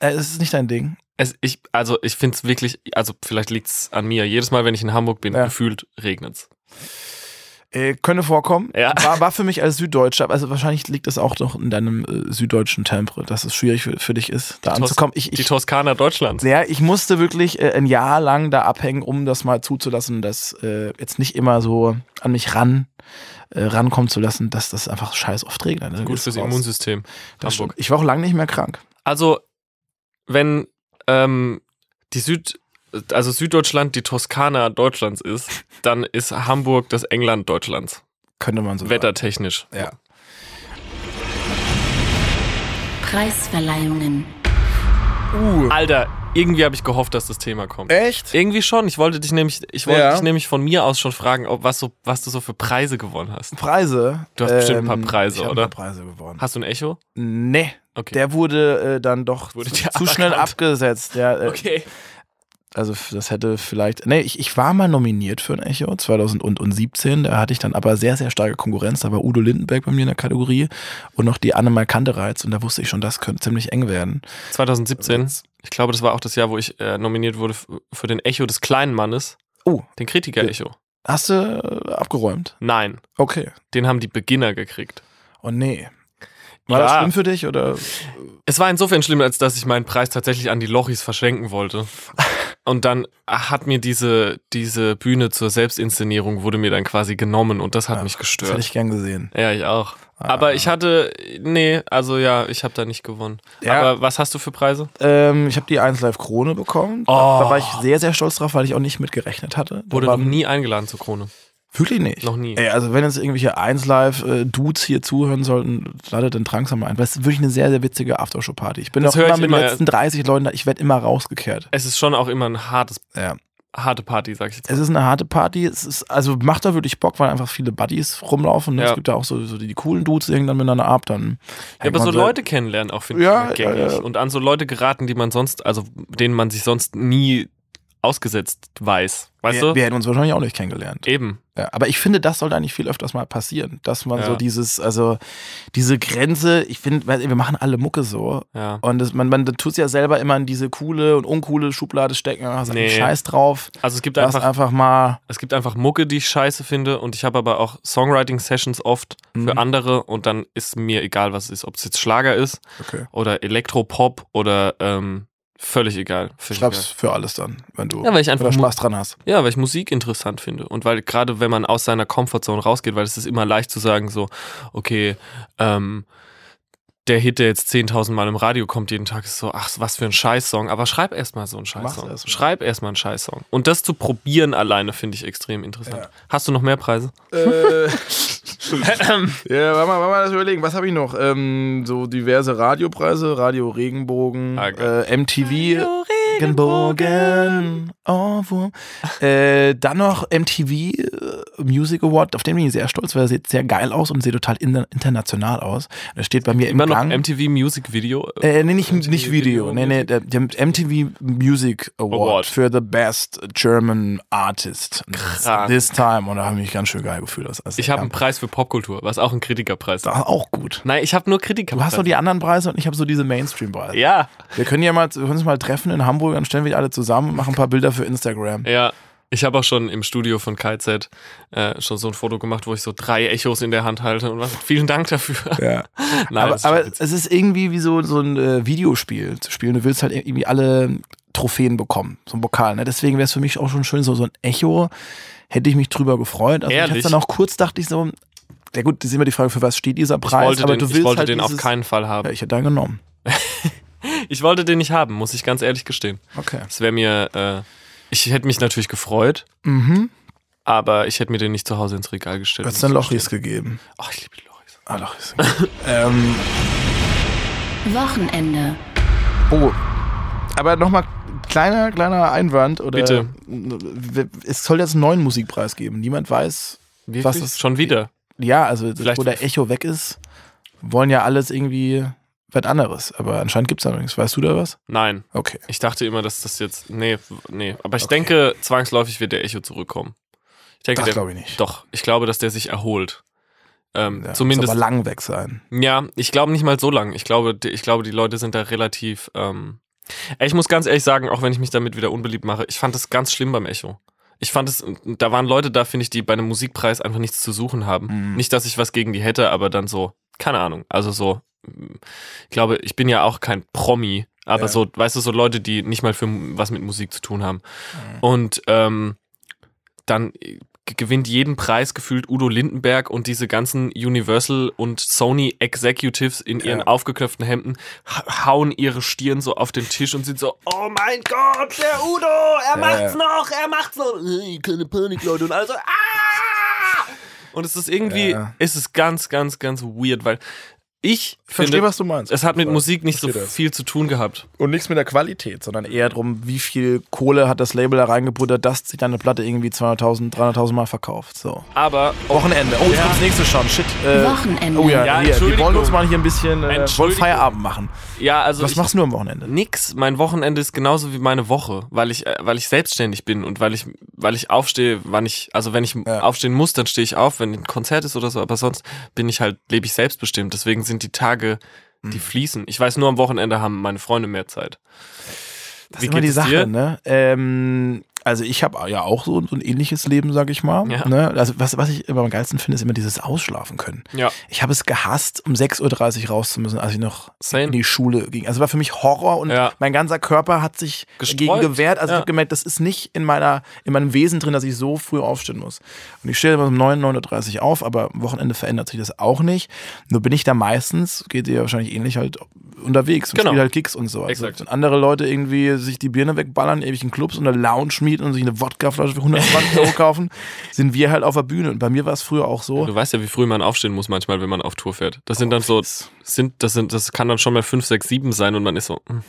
Speaker 2: Äh, es ist nicht dein Ding.
Speaker 3: Es, ich, also ich finde es wirklich, also vielleicht liegt es an mir. Jedes Mal, wenn ich in Hamburg bin,
Speaker 2: Ja.
Speaker 3: gefühlt regnet es.
Speaker 2: Äh, könne vorkommen.
Speaker 3: Ja.
Speaker 2: War, war für mich als Süddeutscher, also wahrscheinlich liegt es auch noch in deinem äh, süddeutschen Temper, dass es schwierig für, für dich ist, da
Speaker 3: Tos-
Speaker 2: anzukommen. Ich,
Speaker 3: Die
Speaker 2: ich,
Speaker 3: Toskana Deutschlands.
Speaker 2: ja, ich musste wirklich äh, ein Jahr lang da abhängen, um das mal zuzulassen, dass äh, jetzt nicht immer so an mich ran äh, rankommen zu lassen, dass das einfach scheiß oft regnet. Also
Speaker 3: Gut fürs
Speaker 2: raus.
Speaker 3: Immunsystem.
Speaker 2: Das stimmt.
Speaker 3: Hamburg.
Speaker 2: Ich war auch lange nicht mehr krank.
Speaker 3: Also, wenn ähm, die Süd, also Süddeutschland die Toskana Deutschlands ist, dann ist Hamburg das England Deutschlands.
Speaker 2: Könnte man so
Speaker 3: Wettertechnisch.
Speaker 2: sagen. Ja.
Speaker 4: Preisverleihungen.
Speaker 3: Alter, irgendwie habe ich gehofft, dass das Thema kommt.
Speaker 2: Echt?
Speaker 3: Irgendwie schon. Ich wollte dich nämlich, ich wollte
Speaker 2: Ja.
Speaker 3: dich nämlich von mir aus schon fragen, ob, was, so, was du so für Preise gewonnen hast.
Speaker 2: Preise. ähm,
Speaker 3: Du hast bestimmt ein paar Preise,
Speaker 2: ich hab
Speaker 3: oder?
Speaker 2: Ein paar Preise gewonnen.
Speaker 3: Hast du ein Echo?
Speaker 2: nee,
Speaker 3: Okay.
Speaker 2: der wurde äh, dann doch
Speaker 3: Wurde
Speaker 2: zu,
Speaker 3: dir
Speaker 2: zu schnell
Speaker 3: aberkannt.
Speaker 2: abgesetzt. Ja, äh,
Speaker 3: okay.
Speaker 2: Also f- das hätte vielleicht. Nee, ich, ich war mal nominiert für ein Echo 2017. Da hatte ich dann aber sehr, sehr starke Konkurrenz. Da war Udo Lindenberg bei mir in der Kategorie und noch die Annemal Kandereiz. Und da wusste ich schon, das könnte ziemlich eng werden.
Speaker 3: 2017. Ich glaube, das war auch das Jahr, wo ich äh, nominiert wurde f- für den Echo des kleinen Mannes,
Speaker 2: Oh,
Speaker 3: den Kritiker-Echo.
Speaker 2: hast du äh, abgeräumt?
Speaker 3: Nein,
Speaker 2: Okay.
Speaker 3: den haben die Beginner gekriegt.
Speaker 2: Oh nee. War das
Speaker 3: Ja.
Speaker 2: schlimm für dich oder?
Speaker 3: Es war insofern schlimm, als dass ich meinen Preis tatsächlich an die Lochis verschenken wollte. Und dann hat mir diese, diese Bühne zur Selbstinszenierung wurde mir dann quasi genommen und das hat
Speaker 2: Ja,
Speaker 3: mich
Speaker 2: Das hätte
Speaker 3: gestört.
Speaker 2: ich gern gesehen.
Speaker 3: ja, ich auch.
Speaker 2: Ah.
Speaker 3: Aber ich hatte, nee, also ja, ich habe da nicht gewonnen.
Speaker 2: Ja.
Speaker 3: Aber was hast du für Preise?
Speaker 2: Ähm, ich habe die 1 Live Krone bekommen. Da,
Speaker 3: Oh.
Speaker 2: da war ich sehr, sehr stolz drauf, weil ich auch nicht mitgerechnet hatte. Da
Speaker 3: Wurde
Speaker 2: war
Speaker 3: noch nie eingeladen zur Krone.
Speaker 2: Wirklich nicht.
Speaker 3: Noch nie.
Speaker 2: Ey, also wenn jetzt irgendwelche 1Live-Dudes hier zuhören sollten, ladet den Drangsam ein. Das ist wirklich eine sehr, sehr witzige Aftershow-Party. Ich bin
Speaker 3: Das
Speaker 2: auch
Speaker 3: höre
Speaker 2: immer
Speaker 3: ich
Speaker 2: mit den
Speaker 3: immer.
Speaker 2: letzten 30 Leuten da, ich werde immer rausgekehrt.
Speaker 3: Es ist schon auch immer ein hartes,
Speaker 2: Ja.
Speaker 3: harte Party, sag ich jetzt.
Speaker 2: Es ist eine harte Party. Es ist, also macht da wirklich Bock, weil einfach viele Buddies rumlaufen. Ne?
Speaker 3: Ja.
Speaker 2: Es gibt da auch so, so die, die coolen Dudes, die hängen dann miteinander ab. Dann
Speaker 3: Ja,
Speaker 2: hängt
Speaker 3: aber so
Speaker 2: man
Speaker 3: Leute kennenlernen auch finde ich
Speaker 2: Ja,
Speaker 3: immer gängig.
Speaker 2: ja, ja.
Speaker 3: Und an so Leute geraten, die man sonst, also denen man sich sonst nie ausgesetzt weiß. Weißt
Speaker 2: wir,
Speaker 3: du?
Speaker 2: wir hätten uns wahrscheinlich auch nicht kennengelernt.
Speaker 3: Eben.
Speaker 2: Ja, aber ich finde, das sollte eigentlich viel öfters mal passieren, dass man
Speaker 3: Ja.
Speaker 2: so dieses, also diese Grenze, ich finde, weil wir machen alle Mucke so
Speaker 3: Ja.
Speaker 2: Und das, man, man tut es ja selber immer in diese coole und uncoole Schublade stecken. Ach, ist
Speaker 3: Nee.
Speaker 2: nee. Scheiß drauf.
Speaker 3: Also es gibt
Speaker 2: Lass
Speaker 3: einfach,
Speaker 2: einfach mal.
Speaker 3: es gibt einfach Mucke, die ich scheiße finde und ich habe aber auch Songwriting-Sessions oft für
Speaker 2: Mhm.
Speaker 3: andere und dann ist mir egal, was es ist, ob es jetzt Schlager ist
Speaker 2: Okay.
Speaker 3: oder Elektropop oder ähm, völlig egal. Völlig
Speaker 2: Schreib's für alles dann, wenn du
Speaker 3: Ja, weil ich einfach
Speaker 2: wenn du
Speaker 3: Mu-
Speaker 2: Spaß dran hast.
Speaker 3: Ja, weil ich Musik interessant finde und weil gerade wenn man aus seiner Comfortzone rausgeht, weil es ist immer leicht zu sagen so, okay, ähm, der Hit, der jetzt 10.000 Mal im Radio kommt jeden Tag, ist so, ach, was für ein Scheißsong. Aber schreib erstmal so einen Scheißsong.
Speaker 2: erst mal.
Speaker 3: schreib erstmal einen Scheißsong. Und das zu probieren alleine finde ich extrem interessant.
Speaker 2: Ja.
Speaker 3: Hast du noch mehr Preise?
Speaker 2: ja, warte mal, warte mal das überlegen. Was habe ich noch? Ähm, so diverse Radiopreise, Radio Regenbogen,
Speaker 3: Ah, geil.
Speaker 2: äh, MTV. Regenbogen, Ohrwurm. Äh, dann noch MTV äh, Music Award, auf den bin ich sehr stolz, weil er sieht sehr geil aus und sieht total inter international aus. Er steht bei mir im
Speaker 3: Immer noch
Speaker 2: Gang.
Speaker 3: MTV Music Video.
Speaker 2: Äh, nee, nicht,
Speaker 3: MTV
Speaker 2: nicht Video.
Speaker 3: Video
Speaker 2: Nee, nee, der, der MTV Music Award,
Speaker 3: Award.
Speaker 2: für the best German Artist.
Speaker 3: Krank.
Speaker 2: This time. Und da habe ich mich ganz schön geil gefühlt. Das,
Speaker 3: Ich habe einen Preis für Popkultur, was auch ein Kritikerpreis ist.
Speaker 2: Das war auch gut.
Speaker 3: Nein, ich habe nur Kritiker.
Speaker 2: Du hast so die anderen Preise und ich habe so diese Mainstream-Preise.
Speaker 3: Ja.
Speaker 2: Wir können ja mal, wir können uns mal treffen in Hamburg, dann stellen wir die alle zusammen und machen ein paar Bilder für Instagram.
Speaker 3: Ja, ich habe auch schon im Studio von KZ äh, schon so ein Foto gemacht, wo ich so drei Echos in der Hand halte und was. Vielen Dank dafür.
Speaker 2: Ja.
Speaker 3: Nein,
Speaker 2: aber
Speaker 3: das ist
Speaker 2: aber
Speaker 3: schon witzig.
Speaker 2: es ist irgendwie wie so, so ein äh, Videospiel zu spielen. Du willst halt irgendwie alle Trophäen bekommen, so ein Pokal. Ne? Deswegen wäre es für mich auch schon schön, so, so ein Echo. Hätte ich mich drüber gefreut. Also ich
Speaker 3: Ehrlich?
Speaker 2: hab's dann auch kurz dachte ich so, ja gut, das ist immer die Frage, für was steht dieser
Speaker 3: ich
Speaker 2: Preis?
Speaker 3: wollte,
Speaker 2: aber
Speaker 3: den,
Speaker 2: du willst
Speaker 3: ich wollte
Speaker 2: halt
Speaker 3: den auf
Speaker 2: dieses-
Speaker 3: keinen Fall haben.
Speaker 2: Ja, ich hätte da genommen.
Speaker 3: Ich wollte den nicht haben, muss ich ganz ehrlich gestehen.
Speaker 2: Okay.
Speaker 3: Das wäre mir, äh, ich hätte mich natürlich gefreut,
Speaker 2: Mhm.
Speaker 3: aber ich hätte mir den nicht zu Hause ins Regal gestellt.
Speaker 2: Du hast dann Lochis gegeben.
Speaker 3: Ach, ich liebe Lochis.
Speaker 2: Ah, Lochis. ähm,
Speaker 4: Wochenende.
Speaker 2: Oh. Aber nochmal kleiner, kleiner Einwand. Oder
Speaker 3: Bitte.
Speaker 2: Es soll jetzt einen neuen Musikpreis geben. Niemand weiß, was
Speaker 3: ist
Speaker 2: es
Speaker 3: schon wieder?
Speaker 2: Ja, also
Speaker 3: Vielleicht-
Speaker 2: wo der Echo weg ist, wollen ja alles irgendwie was anderes. Aber anscheinend gibt es da noch nichts. Weißt du da was?
Speaker 3: Nein.
Speaker 2: Okay.
Speaker 3: Ich dachte immer, dass das jetzt. Nee, w- nee. Aber ich denke, zwangsläufig wird der Echo zurückkommen. Ich denke,
Speaker 2: Das
Speaker 3: der,
Speaker 2: glaube ich nicht.
Speaker 3: doch, ich glaube, dass der sich erholt. Ähm,
Speaker 2: Ja, Muss
Speaker 3: zumindest
Speaker 2: aber lang weg sein.
Speaker 3: Ja, ich glaube nicht mal so lang. Ich glaube, die- ich glaube, die Leute sind da relativ ähm, Ich muss ganz ehrlich sagen, auch wenn ich mich damit wieder unbeliebt mache, ich fand das ganz schlimm beim Echo. Ich fand es, da waren Leute da, finde ich, die bei einem Musikpreis einfach nichts zu suchen haben. Nicht, dass ich was gegen die hätte, aber dann so, keine Ahnung. Also so, ich glaube, ich bin ja auch kein Promi, aber
Speaker 2: Ja.
Speaker 3: so, weißt du, so Leute, die nicht mal für was mit Musik zu tun haben.
Speaker 2: Mhm.
Speaker 3: Und ähm, dann äh, g- gewinnt jeden Preis gefühlt Udo Lindenberg und diese ganzen Universal und Sony Executives in ihren
Speaker 2: Ja.
Speaker 3: aufgeknöpften Hemden ha- hauen ihre Stirn so auf den Tisch und sind so, oh mein Gott, der Udo, er macht's
Speaker 2: ja.
Speaker 3: noch, er macht's noch. Hey, keine Panik, Leute. Und also, ah! Und es ist irgendwie,
Speaker 2: Ja.
Speaker 3: es ist ganz, ganz, ganz weird, weil ich
Speaker 2: Ich verstehe,
Speaker 3: finde,
Speaker 2: was du meinst.
Speaker 3: es hat mit Musik nicht so
Speaker 2: Verstehe das.
Speaker 3: viel zu tun gehabt.
Speaker 2: Und nichts mit der Qualität, sondern eher darum, wie viel Kohle hat das Label da reingebuttert, dass sich deine Platte irgendwie 200.000, 300.000 Mal verkauft. So.
Speaker 3: Aber
Speaker 2: Wochenende. Oh, jetzt
Speaker 3: Ja.
Speaker 2: kommt das nächste schon. Shit. Äh,
Speaker 4: Wochenende.
Speaker 2: Oh ja,
Speaker 3: Ja,
Speaker 2: hier. Wir
Speaker 3: Entschuldigung.
Speaker 2: wollen uns mal hier ein bisschen äh, wollen
Speaker 3: Entschuldigung.
Speaker 2: Feierabend machen.
Speaker 3: ja, also
Speaker 2: Was
Speaker 3: ich,
Speaker 2: machst du am Wochenende?
Speaker 3: Nix. Mein Wochenende ist genauso wie meine Woche, weil ich, äh, weil ich selbstständig bin und weil ich, weil ich aufstehe, wann ich, also wenn ich
Speaker 2: Ja.
Speaker 3: aufstehen muss, dann stehe ich auf, wenn ein Konzert ist oder so, aber sonst bin ich halt, lebe ich selbstbestimmt. Deswegen sind die Tage,
Speaker 2: Mhm.
Speaker 3: die fließen. Ich weiß, nur am Wochenende haben meine Freunde mehr Zeit.
Speaker 2: Das ist immer die Sache, ne? Ähm, also ich habe ja auch so, so ein ähnliches Leben, sag ich mal.
Speaker 3: Ja.
Speaker 2: Ne? Also was, was ich immer am geilsten finde, ist immer dieses Ausschlafen können.
Speaker 3: Ja.
Speaker 2: Ich habe es gehasst, um 6.30 Uhr raus zu müssen, als ich noch
Speaker 3: Same.
Speaker 2: in die Schule ging. Also war für mich Horror und
Speaker 3: Ja.
Speaker 2: mein ganzer Körper hat sich
Speaker 3: Gesträubt.
Speaker 2: gegen gewehrt. Also ich
Speaker 3: Ja.
Speaker 2: habe gemerkt, das ist nicht in, meiner, in meinem Wesen drin, dass ich so früh aufstehen muss. Und ich stehe immer um 9, 9.30 Uhr auf, aber am Wochenende verändert sich das auch nicht. Nur bin ich da meistens, geht ihr wahrscheinlich ähnlich, halt unterwegs und
Speaker 3: Genau.
Speaker 2: spiele halt Gigs und so. Also
Speaker 3: Exakt.
Speaker 2: wenn andere Leute irgendwie sich die Birne wegballern, ewig in Clubs und eine Lounge mieten und sich eine Wodkaflasche für 120 Euro kaufen, sind wir halt auf der Bühne. Und bei mir war es früher auch so.
Speaker 3: Du weißt ja, wie früh man aufstehen muss manchmal, wenn man auf Tour fährt. Das sind dann so, sind, das sind, das kann dann schon mal 5, 6, 7 sein und man ist so. Mh.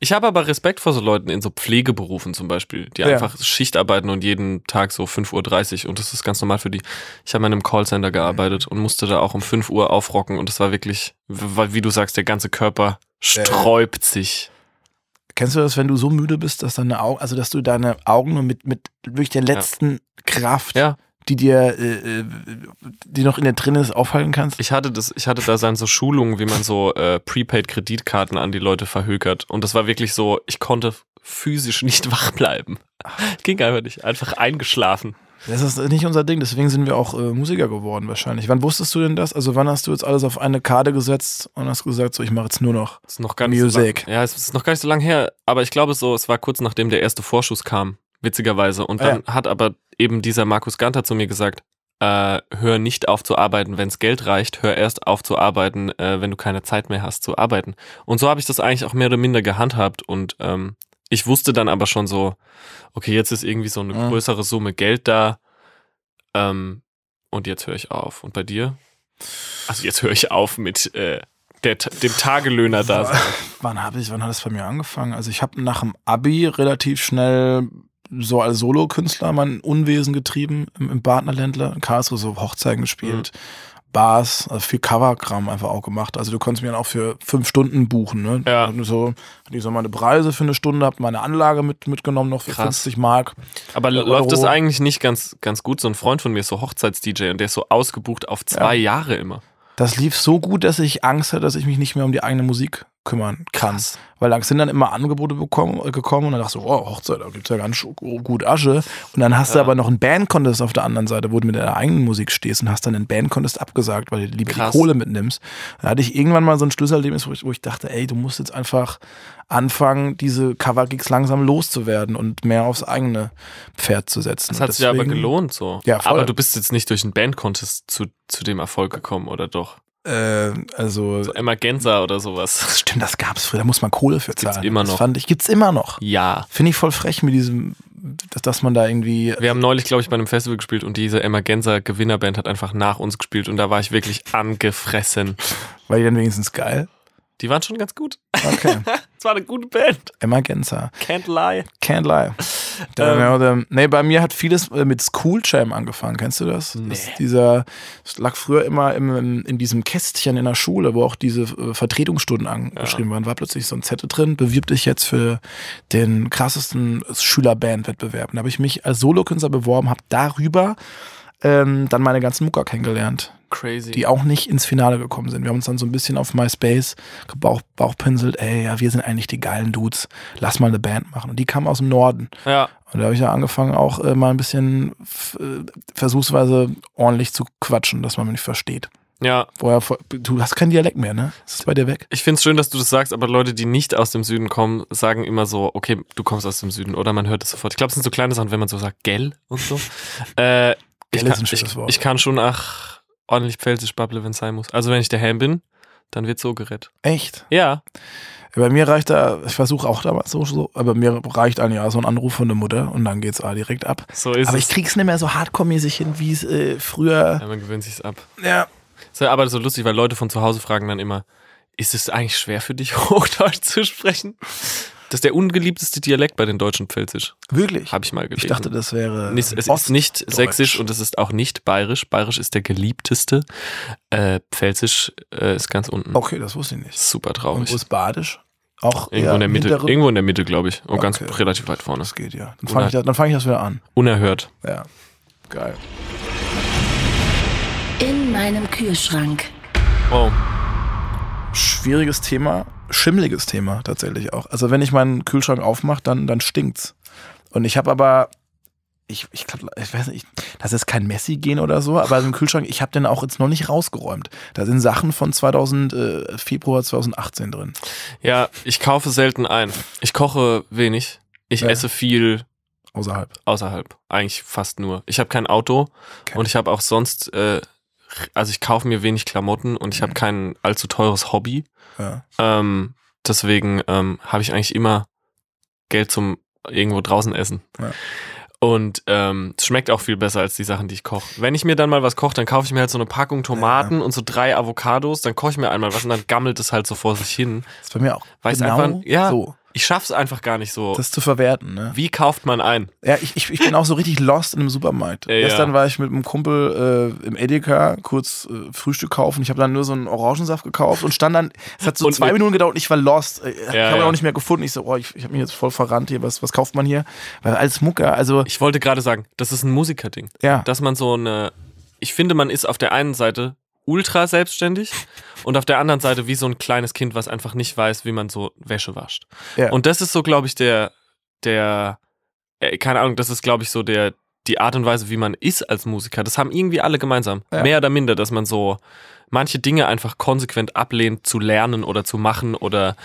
Speaker 3: Ich habe aber Respekt vor so Leuten in so Pflegeberufen zum Beispiel, die
Speaker 2: Ja.
Speaker 3: einfach Schicht arbeiten und jeden Tag so 5.30 Uhr und das ist ganz normal für die. Ich habe in einem Callcenter gearbeitet und musste da auch um 5 Uhr aufrocken und das war wirklich, weil, wie du sagst, der ganze Körper sträubt sich.
Speaker 2: Kennst du das, wenn du so müde bist, dass deine Augen, also dass du deine Augen nur mit, mit wirklich der letzten Kraft,
Speaker 3: Ja.
Speaker 2: die dir, äh, äh, die noch in dir drin ist, aufhalten kannst?
Speaker 3: Ich hatte das, ich hatte da dann so Schulungen, wie man so äh, Prepaid-Kreditkarten an die Leute verhökert. Und das war wirklich so, ich konnte physisch nicht wach bleiben. Ging einfach nicht. Einfach eingeschlafen.
Speaker 2: Das ist nicht unser Ding, deswegen sind wir auch äh, Musiker geworden wahrscheinlich. Wann wusstest du denn das? Also wann hast du jetzt alles auf eine Karte gesetzt und hast gesagt, so ich mache jetzt nur noch
Speaker 3: Ist noch gar nicht
Speaker 2: Music.
Speaker 3: So lang, ja, es ist noch gar nicht so lang her. Aber ich glaube so, es war kurz nachdem der erste Vorschuss kam, witzigerweise.
Speaker 2: Ah,
Speaker 3: Und dann hat aber eben dieser Markus Ganter zu mir gesagt, äh, hör nicht auf zu arbeiten, wenn's Geld reicht. Hör erst auf zu arbeiten, äh, wenn du keine Zeit mehr hast zu arbeiten. Und so habe ich das eigentlich auch mehr oder minder gehandhabt. Und ähm, ich wusste dann aber schon so, okay, jetzt ist irgendwie so eine
Speaker 2: Mhm.
Speaker 3: größere Summe Geld da. Ähm, und jetzt höre ich auf. Und bei dir? Also jetzt höre ich auf mit äh, der, Ta- dem Tagelöhner da. sein.
Speaker 2: Wann habe ich, wann hat es bei mir angefangen? Also ich habe nach dem Abi relativ schnell so als Solokünstler mein Unwesen getrieben im, im Partnerländler, in Karlsruhe so Hochzeiten
Speaker 3: Mhm.
Speaker 2: gespielt. Bars, also viel Coverkram einfach auch gemacht. Also du konntest mir dann auch für fünf Stunden buchen. Ne?
Speaker 3: Ja.
Speaker 2: Und so, hatte ich so meine Preise für eine Stunde, habe meine Anlage mit, mitgenommen noch für
Speaker 3: Krass.
Speaker 2: 50 Mark.
Speaker 3: Aber
Speaker 2: Ja,
Speaker 3: läuft das
Speaker 2: Äh, Euro.
Speaker 3: eigentlich nicht ganz, ganz gut? So ein Freund von mir ist so Hochzeits-DJ und der ist so ausgebucht auf zwei Jahre immer.
Speaker 2: Das lief so gut, dass ich Angst hatte, dass ich mich nicht mehr um die eigene Musik kümmern kann.
Speaker 3: Krass.
Speaker 2: Weil dann sind dann immer Angebote bekommen, äh, gekommen und dann dachte ich so, oh, Hochzeit, da gibt's ja ganz sch- oh, gut Asche. Und dann hast du aber noch einen Bandcontest auf der anderen Seite, wo du mit deiner eigenen Musik stehst und hast dann den Bandcontest abgesagt, weil du lieber
Speaker 3: Krass.
Speaker 2: die Kohle mitnimmst. Da hatte ich irgendwann mal so ein Schlüsselerlebnis, wo ich, wo ich dachte, ey, du musst jetzt einfach anfangen, diese Covergigs langsam loszuwerden und mehr aufs eigene Pferd zu setzen.
Speaker 3: Das
Speaker 2: Und
Speaker 3: hat sich aber
Speaker 2: deswegen-
Speaker 3: gelohnt so.
Speaker 2: Ja, voll.
Speaker 3: Aber du bist jetzt nicht durch einen Band-Contest zu, zu dem Erfolg gekommen, oder doch?
Speaker 2: Äh, also,
Speaker 3: So Emergenza oder sowas.
Speaker 2: Stimmt, das gab's früher, da muss man Kohle für zahlen.
Speaker 3: immer
Speaker 2: Das
Speaker 3: noch.
Speaker 2: fand ich, gibt's immer noch.
Speaker 3: Ja.
Speaker 2: Finde ich voll frech mit diesem, dass, dass man da irgendwie.
Speaker 3: Wir haben neulich, glaube ich, bei einem Festival gespielt und diese Emergenza Gewinnerband hat einfach nach uns gespielt und da war ich wirklich angefressen.
Speaker 2: Weil die dann wenigstens geil.
Speaker 3: Die waren schon ganz gut.
Speaker 2: Okay.
Speaker 3: Es war eine gute Band.
Speaker 2: Emergenza.
Speaker 3: Can't lie.
Speaker 2: Can't lie. Da, ja, oder, ähm, nee, bei mir hat vieles äh, mit School Jam angefangen. Kennst du das? Nee. das ist dieser, das lag früher immer im, im, in diesem Kästchen in der Schule, wo auch diese äh, Vertretungsstunden angeschrieben waren. War plötzlich so ein Zettel drin. Bewirb dich jetzt für den krassesten Schülerbandwettbewerb. Und Da habe ich mich als Solokünstler beworben, habe darüber ähm, dann meine ganzen Mucker kennengelernt,
Speaker 3: Crazy.
Speaker 2: die auch nicht ins Finale gekommen sind. Wir haben uns dann so ein bisschen auf MySpace gebauch, bauchpinselt, ey, ja, wir sind eigentlich die geilen Dudes, lass mal eine Band machen. Und die kamen aus dem Norden.
Speaker 3: ja.
Speaker 2: Und da habe ich ja angefangen, auch äh, mal ein bisschen f- äh, versuchsweise ordentlich zu quatschen, dass man mich nicht versteht.
Speaker 3: Ja.
Speaker 2: Vorher, vor- du hast keinen Dialekt mehr, ne? Ist das bei dir weg?
Speaker 3: Ich finde es schön, dass du das sagst, aber Leute, die nicht aus dem Süden kommen, sagen immer so, okay, du kommst aus dem Süden, oder man hört es sofort. Ich glaube, es sind so kleine Sachen, wenn man so sagt, gell und so. äh, ich,
Speaker 2: Gell ist
Speaker 3: kann,
Speaker 2: ein schönes
Speaker 3: ich,
Speaker 2: Wort.
Speaker 3: ich kann schon ach, ordentlich pfälzisch babble, wenn es sein muss. Also wenn ich der Helm bin, dann wird so gerettet.
Speaker 2: Echt?
Speaker 3: Ja.
Speaker 2: Bei mir reicht da, ich versuche auch damals so, so, aber mir reicht ein Jahr so ein Anruf von der Mutter und dann geht's ah, direkt ab.
Speaker 3: So ist
Speaker 2: aber
Speaker 3: es.
Speaker 2: ich krieg's nicht mehr so hardcore-mäßig hin, wie es äh, früher.
Speaker 3: ja, man gewöhnt sich's ab.
Speaker 2: Ja.
Speaker 3: Ist ja aber so lustig, weil Leute von zu Hause fragen dann immer, ist es eigentlich schwer für dich, Hochdeutsch zu sprechen? Das ist der ungeliebteste Dialekt bei den Deutschen Pfälzisch.
Speaker 2: Wirklich?
Speaker 3: Habe ich mal gelesen.
Speaker 2: Ich dachte, das wäre.
Speaker 3: Nicht, es ist
Speaker 2: Ost-
Speaker 3: nicht
Speaker 2: Deutsch.
Speaker 3: sächsisch und es ist auch nicht bayerisch. Bayerisch ist der geliebteste. Äh, Pfälzisch äh, ist ganz unten.
Speaker 2: Okay, das wusste ich nicht.
Speaker 3: Super
Speaker 2: Und
Speaker 3: traurig.
Speaker 2: wo ist Badisch? Auch
Speaker 3: Irgendwo
Speaker 2: eher
Speaker 3: in der Mitte,
Speaker 2: hintere-
Speaker 3: irgendwo in der Mitte, glaube ich. Und ganz
Speaker 2: Okay.
Speaker 3: relativ weit vorne.
Speaker 2: Das geht ja. Dann
Speaker 3: Oder-
Speaker 2: fange ich, da- dann fang ich das wieder an.
Speaker 3: Unerhört.
Speaker 2: Ja. Geil.
Speaker 4: In meinem Kühlschrank.
Speaker 3: Wow.
Speaker 2: Schwieriges Thema, schimmeliges Thema tatsächlich auch. Also wenn ich meinen Kühlschrank aufmache, dann, dann stinkt's. Und ich habe aber, ich, ich glaube, ich weiß nicht, das ist kein Messi-Gen oder so, aber im Kühlschrank, ich habe den auch jetzt noch nicht rausgeräumt. Da sind Sachen von 2000, äh, Februar 2018 drin.
Speaker 3: Ja, ich kaufe selten ein. Ich koche wenig. Ich
Speaker 2: Ja.
Speaker 3: esse viel
Speaker 2: Außerhalb.
Speaker 3: außerhalb. Eigentlich fast nur. Ich habe kein Auto
Speaker 2: Okay.
Speaker 3: und ich habe auch sonst, äh, also ich kaufe mir wenig Klamotten und
Speaker 2: Mhm.
Speaker 3: ich habe kein allzu teures Hobby.
Speaker 2: Ja.
Speaker 3: Ähm, deswegen ähm, habe ich eigentlich immer Geld zum irgendwo draußen essen.
Speaker 2: Ja.
Speaker 3: Und ähm, es schmeckt auch viel besser als die Sachen, die ich koche. Wenn ich mir dann mal was koche, dann kaufe ich mir halt so eine Packung Tomaten und so drei Avocados, dann koche ich mir einmal was und dann gammelt es halt so vor sich hin.
Speaker 2: Das ist bei mir auch
Speaker 3: Weiß
Speaker 2: genau
Speaker 3: einfach- ja. Oh.
Speaker 2: so.
Speaker 3: Ich schaff's einfach gar nicht so.
Speaker 2: Das zu verwerten, ne?
Speaker 3: Wie kauft man ein?
Speaker 2: Ja, ich, ich, ich bin auch so richtig lost in einem Supermarkt.
Speaker 3: Ja.
Speaker 2: Gestern war ich mit einem Kumpel äh, im Edeka kurz äh, Frühstück kaufen. Ich habe dann nur so einen Orangensaft gekauft und stand dann, es hat so
Speaker 3: Und
Speaker 2: zwei
Speaker 3: mit-
Speaker 2: Minuten gedauert und ich war lost. Äh, ich habe ihn
Speaker 3: ja.
Speaker 2: auch nicht mehr gefunden. Ich so, oh, ich, ich habe mich jetzt voll verrannt hier, was, was kauft man hier? Weil alles Mucker, also
Speaker 3: Ich wollte gerade sagen, das ist ein Musikerding.
Speaker 2: ja,
Speaker 3: dass man so eine. Ich finde, man ist auf der einen Seite ultra selbstständig und auf der anderen Seite wie so ein kleines Kind, was einfach nicht weiß, wie man so Wäsche wascht.
Speaker 2: Ja.
Speaker 3: Und das ist so, glaube ich, der, der, äh, keine Ahnung, das ist, glaube ich, so der, die Art und Weise, wie man ist als Musiker. Das haben irgendwie alle gemeinsam.
Speaker 2: Ja.
Speaker 3: Mehr oder minder, dass man so manche Dinge einfach konsequent ablehnt zu lernen oder zu machen oder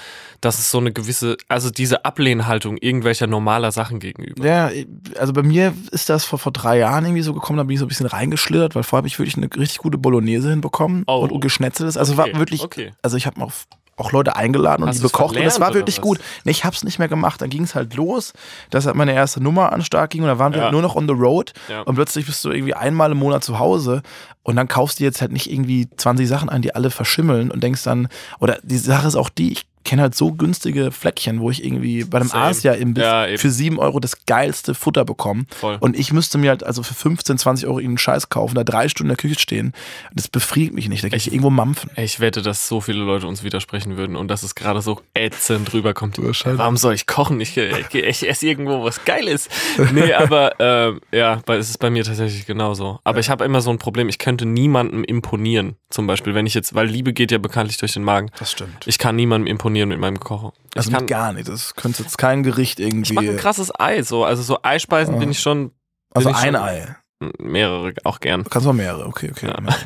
Speaker 3: dass es so eine gewisse, also diese Ablehnhaltung irgendwelcher normaler Sachen gegenüber.
Speaker 2: ja, also bei mir ist das vor, vor drei Jahren irgendwie so gekommen, da bin ich so ein bisschen reingeschlittert, weil vorher habe ich wirklich eine richtig gute Bolognese hinbekommen
Speaker 3: Oh.
Speaker 2: und, und geschnetzeltes. Also war wirklich
Speaker 3: Okay.
Speaker 2: Also ich habe auch, auch Leute eingeladen und
Speaker 3: Hast
Speaker 2: die
Speaker 3: du's
Speaker 2: bekocht und das
Speaker 3: verlernt
Speaker 2: war
Speaker 3: oder
Speaker 2: wirklich
Speaker 3: was?
Speaker 2: gut. Nee, ich habe es nicht mehr gemacht. Dann ging es halt los, dass halt meine erste Nummer an Start ging und da waren wir
Speaker 3: Ja.
Speaker 2: halt nur noch on the road
Speaker 3: Ja.
Speaker 2: und plötzlich bist du irgendwie einmal im Monat zu Hause und dann kaufst du jetzt halt nicht irgendwie 20 Sachen ein, die alle verschimmeln und denkst dann, oder die Sache ist auch die, ich kenne halt so günstige Fleckchen, wo ich irgendwie bei einem
Speaker 3: Same.
Speaker 2: Asia-Imbiss
Speaker 3: Ja, eben.
Speaker 2: für 7 Euro das geilste Futter bekomme.
Speaker 3: Voll.
Speaker 2: Und ich müsste mir halt also für 15, 20 Euro irgendeinen Scheiß kaufen, da drei Stunden in der Küche stehen. Das befriedigt mich nicht. Da kann ich irgendwo mampfen.
Speaker 3: Ey, Ich wette, dass so viele Leute uns widersprechen würden und dass es gerade so ätzend rüberkommt.
Speaker 2: Wahrscheinlich.
Speaker 3: Warum soll ich kochen? Ich, äh, ich, ich esse irgendwo was Geiles. Nee, aber ähm, ja, weil es ist bei mir tatsächlich genauso. Aber ich habe immer so ein Problem, ich könnte niemandem imponieren. Zum Beispiel, wenn ich jetzt, weil Liebe geht ja bekanntlich durch den Magen.
Speaker 2: Das stimmt.
Speaker 3: Ich kann niemandem imponieren mit meinem Kochen. Ich
Speaker 2: Also
Speaker 3: kann,
Speaker 2: mit gar nicht. Das könnte jetzt kein Gericht
Speaker 3: ich mache
Speaker 2: irgendwie.
Speaker 3: ein krasses Ei. So. Also so Eispeisen
Speaker 2: Ah.
Speaker 3: bin ich schon
Speaker 2: also
Speaker 3: bin ich
Speaker 2: ein
Speaker 3: schon-
Speaker 2: Ei.
Speaker 3: mehrere auch gern.
Speaker 2: Kannst du mal mehrere. Okay, okay.
Speaker 3: Ja.
Speaker 2: Mehrere.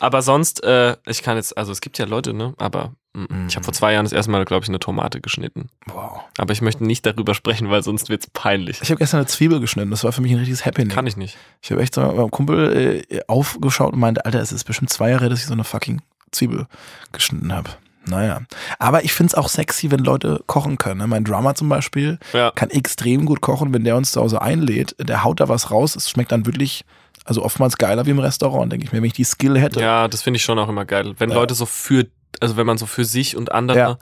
Speaker 3: Aber sonst, äh, ich kann jetzt, also es gibt ja Leute, ne? Aber mm, ich
Speaker 2: Mhm.
Speaker 3: habe vor zwei Jahren das erste Mal, glaube ich, eine Tomate geschnitten.
Speaker 2: Wow.
Speaker 3: Aber ich möchte nicht darüber sprechen, weil sonst wird's peinlich.
Speaker 2: Ich habe gestern eine Zwiebel geschnitten. Das war für mich ein richtiges Happening.
Speaker 3: Kann ich nicht.
Speaker 2: Ich habe echt so meinem Kumpel äh, aufgeschaut und meinte, Alter, es ist bestimmt zwei Jahre, her, dass ich so eine fucking Zwiebel geschnitten habe. Naja. Aber ich find's auch sexy, wenn Leute kochen können. ne? Mein Drummer zum Beispiel
Speaker 3: Ja.
Speaker 2: kann extrem gut kochen, wenn der uns zu Hause einlädt. Der haut da was raus. Es schmeckt dann wirklich, also oftmals geiler wie im Restaurant, denke ich mir, wenn ich die Skill hätte.
Speaker 3: Ja, das finde ich schon auch immer geil. Wenn
Speaker 2: Ja.
Speaker 3: Leute so für, also wenn man so für sich und andere,
Speaker 2: Ja.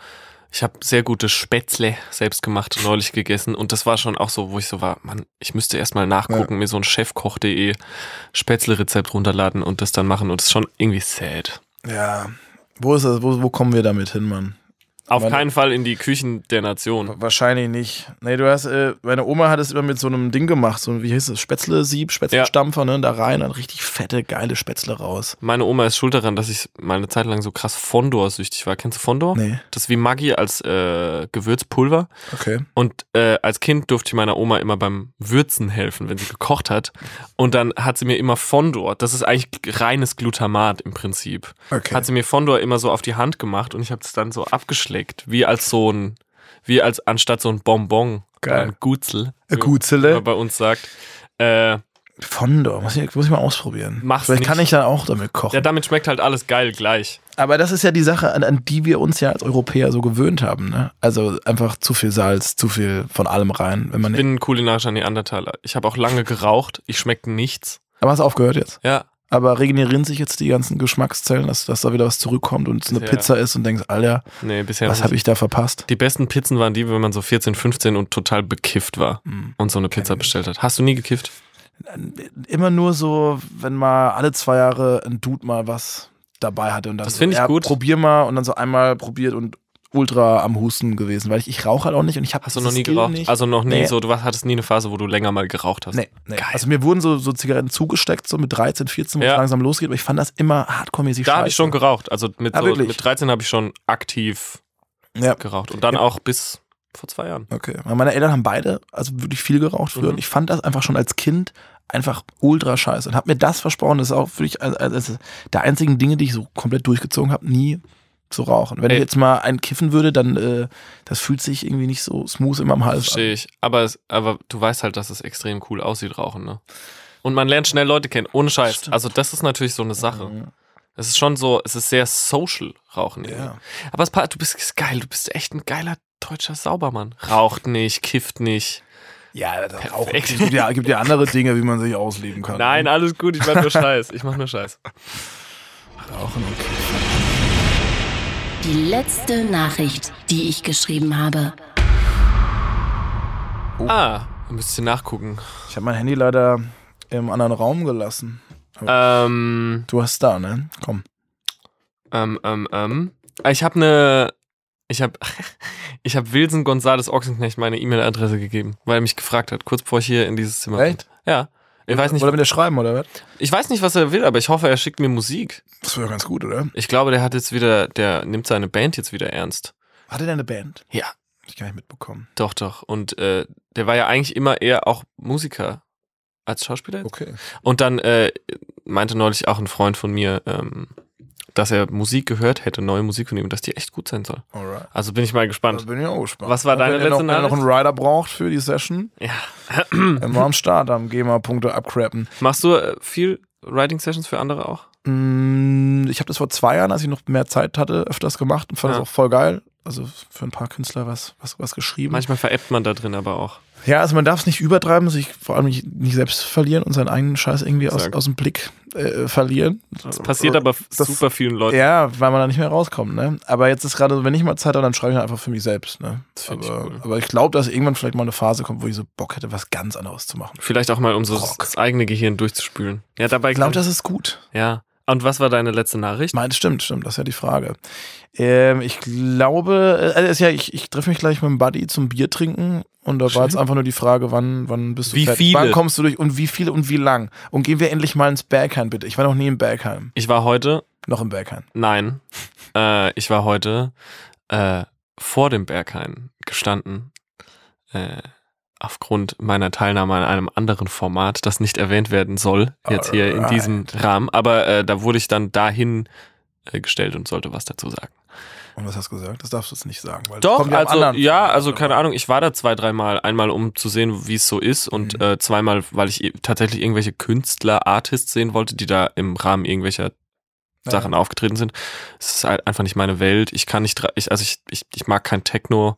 Speaker 3: ich habe sehr gute Spätzle selbst gemacht, neulich gegessen. Und das war schon auch so, wo ich so war, Mann, ich müsste erstmal nachgucken, mir so ein chefkoch.de Spätzle-Rezept runterladen und das dann machen. Und das ist schon irgendwie sad.
Speaker 2: Ja, wo ist das? Wo, wo kommen wir damit hin, Mann?
Speaker 3: Auf
Speaker 2: Meine-
Speaker 3: keinen Fall in die Küchen der Nation.
Speaker 2: Wahrscheinlich nicht. Nee, du hast, äh, meine Oma hat es immer mit so einem Ding gemacht, so ein, wie hieß es, Spätzle-Sieb, Spätzlestampfer, ne, da rein, dann richtig fette, geile Spätzle raus.
Speaker 3: Meine Oma ist schuld daran, dass ich meine Zeit lang so krass Fondor-süchtig war. Kennst du Fondor?
Speaker 2: Nee.
Speaker 3: Das ist wie Maggi als äh, Gewürzpulver.
Speaker 2: Okay.
Speaker 3: Und äh, als Kind durfte ich meiner Oma immer beim Würzen helfen, wenn sie gekocht hat. Und dann hat sie mir immer Fondor, das ist eigentlich reines Glutamat im Prinzip,
Speaker 2: Okay.
Speaker 3: hat sie mir Fondor immer so auf die Hand gemacht und ich habe es dann so abgeschleckt, wie als so ein, wie als anstatt so ein Bonbon,
Speaker 2: Geil.
Speaker 3: ein Gutzel,
Speaker 2: Äh,
Speaker 3: wie man
Speaker 2: Gutzele.
Speaker 3: bei uns sagt. Äh,
Speaker 2: Fondor, muss ich, muss ich mal ausprobieren.
Speaker 3: Mach's
Speaker 2: Vielleicht
Speaker 3: nicht.
Speaker 2: kann ich dann auch damit kochen.
Speaker 3: ja, damit schmeckt halt alles geil gleich.
Speaker 2: Aber das ist ja die Sache, an, an die wir uns ja als Europäer so gewöhnt haben. Ne? Also einfach zu viel Salz, zu viel von allem rein. Wenn man
Speaker 3: Ich bin ein kulinarischer Neandertaler. Ich habe auch lange geraucht, ich schmeckte nichts.
Speaker 2: aber hast aufgehört jetzt.
Speaker 3: Ja,
Speaker 2: Aber regenerieren sich jetzt die ganzen Geschmackszellen, dass, dass da wieder was zurückkommt und es eine
Speaker 3: Ja.
Speaker 2: Pizza ist und denkst, Alter,
Speaker 3: nee, bisher
Speaker 2: was
Speaker 3: nicht.
Speaker 2: habe ich da verpasst?
Speaker 3: Die besten Pizzen waren die, wenn man so 14, 15 und total bekifft war
Speaker 2: Hm.
Speaker 3: und so eine Pizza bestellt hat. Hast du nie gekifft?
Speaker 2: Immer nur so, wenn mal alle zwei Jahre ein Dude mal was dabei hatte und dann
Speaker 3: Das
Speaker 2: so,
Speaker 3: find ich
Speaker 2: ja,
Speaker 3: gut.
Speaker 2: probier mal und dann so einmal probiert und ultra am Husten gewesen, weil ich, ich rauche halt auch nicht und ich habe
Speaker 3: Hast du noch nie geraucht? Also noch nie so, du war- hattest nie eine Phase, wo du länger mal geraucht hast.
Speaker 2: Nee, nee. Also mir wurden so, so Zigaretten zugesteckt, so mit 13, 14, wo
Speaker 3: Ja.
Speaker 2: es langsam losgeht, aber ich fand das immer hardcore-mäßig
Speaker 3: Da habe ich schon geraucht. Also mit,
Speaker 2: Ah,
Speaker 3: so,
Speaker 2: wirklich?
Speaker 3: mit 13 habe ich schon aktiv
Speaker 2: Ja.
Speaker 3: geraucht. Und dann auch bis vor zwei Jahren.
Speaker 2: Okay. Weil Meine Eltern haben beide also wirklich viel geraucht früher
Speaker 3: Mhm.
Speaker 2: und ich fand das einfach schon als Kind einfach ultra scheiße und habe mir das versprochen, das ist auch wirklich als, als, als der einzigen Dinge, die ich so komplett durchgezogen habe, nie zu rauchen. Wenn
Speaker 3: Ey.
Speaker 2: ich jetzt mal einen kiffen würde, dann äh, das fühlt sich irgendwie nicht so smooth immer am Hals an.
Speaker 3: Verstehe ich. Aber, es, aber du weißt halt, dass es extrem cool aussieht, Rauchen, ne? Und man lernt schnell Leute kennen, ohne Scheiß. Also das ist natürlich so eine Sache. Es ist schon so, es ist sehr social, Rauchen. irgendwie. Aber es, pa- du bist ist geil, du bist echt ein geiler deutscher Saubermann. Raucht nicht, kifft nicht.
Speaker 2: Ja, das
Speaker 3: Rauchen.
Speaker 2: Es gibt ja, gibt ja andere Dinge, wie man sich ausleben kann.
Speaker 3: Nein, alles gut, ich mach nur Scheiß. Ich mach nur Scheiß.
Speaker 2: Rauchen und Kiffen.
Speaker 4: Die letzte Nachricht, die ich geschrieben habe.
Speaker 3: Ah, müsst ihr nachgucken.
Speaker 2: Ich habe mein Handy leider im anderen Raum gelassen.
Speaker 3: Ähm,
Speaker 2: Du hast da, ne? Komm.
Speaker 3: ähm, ähm, ähm. Ah, Ich habe eine, ich habe, ich habe Wilson Gonzales Ochsenknecht meine E-Mail-Adresse gegeben, weil er mich gefragt hat, kurz bevor ich hier in dieses Zimmer.
Speaker 2: Echt?
Speaker 3: bin. Ja. Ich weiß, nicht,
Speaker 2: Oder mit der schreiben, oder was?
Speaker 3: ich weiß nicht, was er will, aber ich hoffe, er schickt mir Musik.
Speaker 2: Das wäre ganz gut, oder?
Speaker 3: Ich glaube, der hat jetzt wieder, der nimmt seine Band jetzt wieder ernst.
Speaker 2: Hatte der eine Band?
Speaker 3: Ja.
Speaker 2: Ich kann nicht mitbekommen.
Speaker 3: Doch, doch. Und äh, der war ja eigentlich immer eher auch Musiker als Schauspieler.
Speaker 2: Okay.
Speaker 3: Und dann äh, meinte neulich auch ein Freund von mir, ähm, dass er Musik gehört hätte, neue Musik von ihm, und dass die echt gut sein soll.
Speaker 2: Alright.
Speaker 3: Also bin ich mal
Speaker 2: Da
Speaker 3: gespannt.
Speaker 2: bin ich auch gespannt.
Speaker 3: Was war
Speaker 2: Und
Speaker 3: deine
Speaker 2: wenn ihr noch,
Speaker 3: letzte
Speaker 2: Wenn ihr noch einen Rider braucht für die Session,
Speaker 3: Ja.
Speaker 2: immer am Start am GEMA-Punkte abcrappen.
Speaker 3: Machst du äh, viel Writing-Sessions für andere auch?
Speaker 2: Mm, Ich habe das vor zwei Jahren, als ich noch mehr Zeit hatte, öfters gemacht und fand
Speaker 3: Ja.
Speaker 2: das auch voll geil. Also für ein paar Künstler was, was, was geschrieben.
Speaker 3: Manchmal veräppt man da drin aber auch.
Speaker 2: Ja, also man darf es nicht übertreiben, sich vor allem nicht, nicht selbst verlieren und seinen eigenen Scheiß irgendwie aus,
Speaker 3: Sag.
Speaker 2: aus dem Blick äh, verlieren.
Speaker 3: Das passiert aber
Speaker 2: das-
Speaker 3: super vielen Leuten.
Speaker 2: Ja, weil man da nicht mehr rauskommt, ne? Aber jetzt ist gerade so, wenn ich mal Zeit habe, dann schreibe ich einfach für mich selbst, ne?
Speaker 3: find ich
Speaker 2: Aber
Speaker 3: cool.
Speaker 2: aber ich glaube, dass irgendwann vielleicht mal eine Phase kommt, wo ich so Bock hätte, was ganz anderes zu machen.
Speaker 3: Vielleicht auch mal, um so
Speaker 2: Rock.
Speaker 3: das eigene Gehirn durchzuspülen. Ja, dabei
Speaker 2: Ich glaube, das ist gut.
Speaker 3: Ja. Und was war deine letzte Nachricht?
Speaker 2: Nein, stimmt, stimmt, das ist ja die Frage. Ähm, ich glaube, äh, also ist ja, ich, ich treffe mich gleich mit dem Buddy zum Bier trinken und da
Speaker 3: Schön.
Speaker 2: war jetzt einfach nur die Frage, wann, wann bist du
Speaker 3: Wie
Speaker 2: fertig?
Speaker 3: viele?
Speaker 2: Wann kommst du durch und wie viele und wie lang? Und gehen wir endlich mal ins Bergheim, bitte. Ich war noch nie im Bergheim.
Speaker 3: Ich war heute,
Speaker 2: Noch im Bergheim.
Speaker 3: nein, äh, ich war heute äh, vor dem Berghain gestanden. Äh, aufgrund meiner Teilnahme an einem anderen Format, das nicht erwähnt werden soll, jetzt hier in diesem Rahmen. Aber äh, da wurde ich dann dahin äh, gestellt und sollte was dazu sagen.
Speaker 2: Und was hast du gesagt? Das darfst du jetzt nicht sagen. Weil das
Speaker 3: Doch,
Speaker 2: kommt ja am
Speaker 3: also
Speaker 2: anderen-
Speaker 3: ja, also keine Ahnung, ich war da zwei, dreimal. Einmal, um zu sehen, wie es so ist und
Speaker 2: Mhm.
Speaker 3: äh, zweimal, weil ich eh- tatsächlich irgendwelche Künstler, Artists sehen wollte, die da im Rahmen irgendwelcher
Speaker 2: Ja.
Speaker 3: Sachen aufgetreten sind. Es ist halt einfach nicht meine Welt. Ich kann nicht, dra- ich, also ich, ich, ich mag kein Techno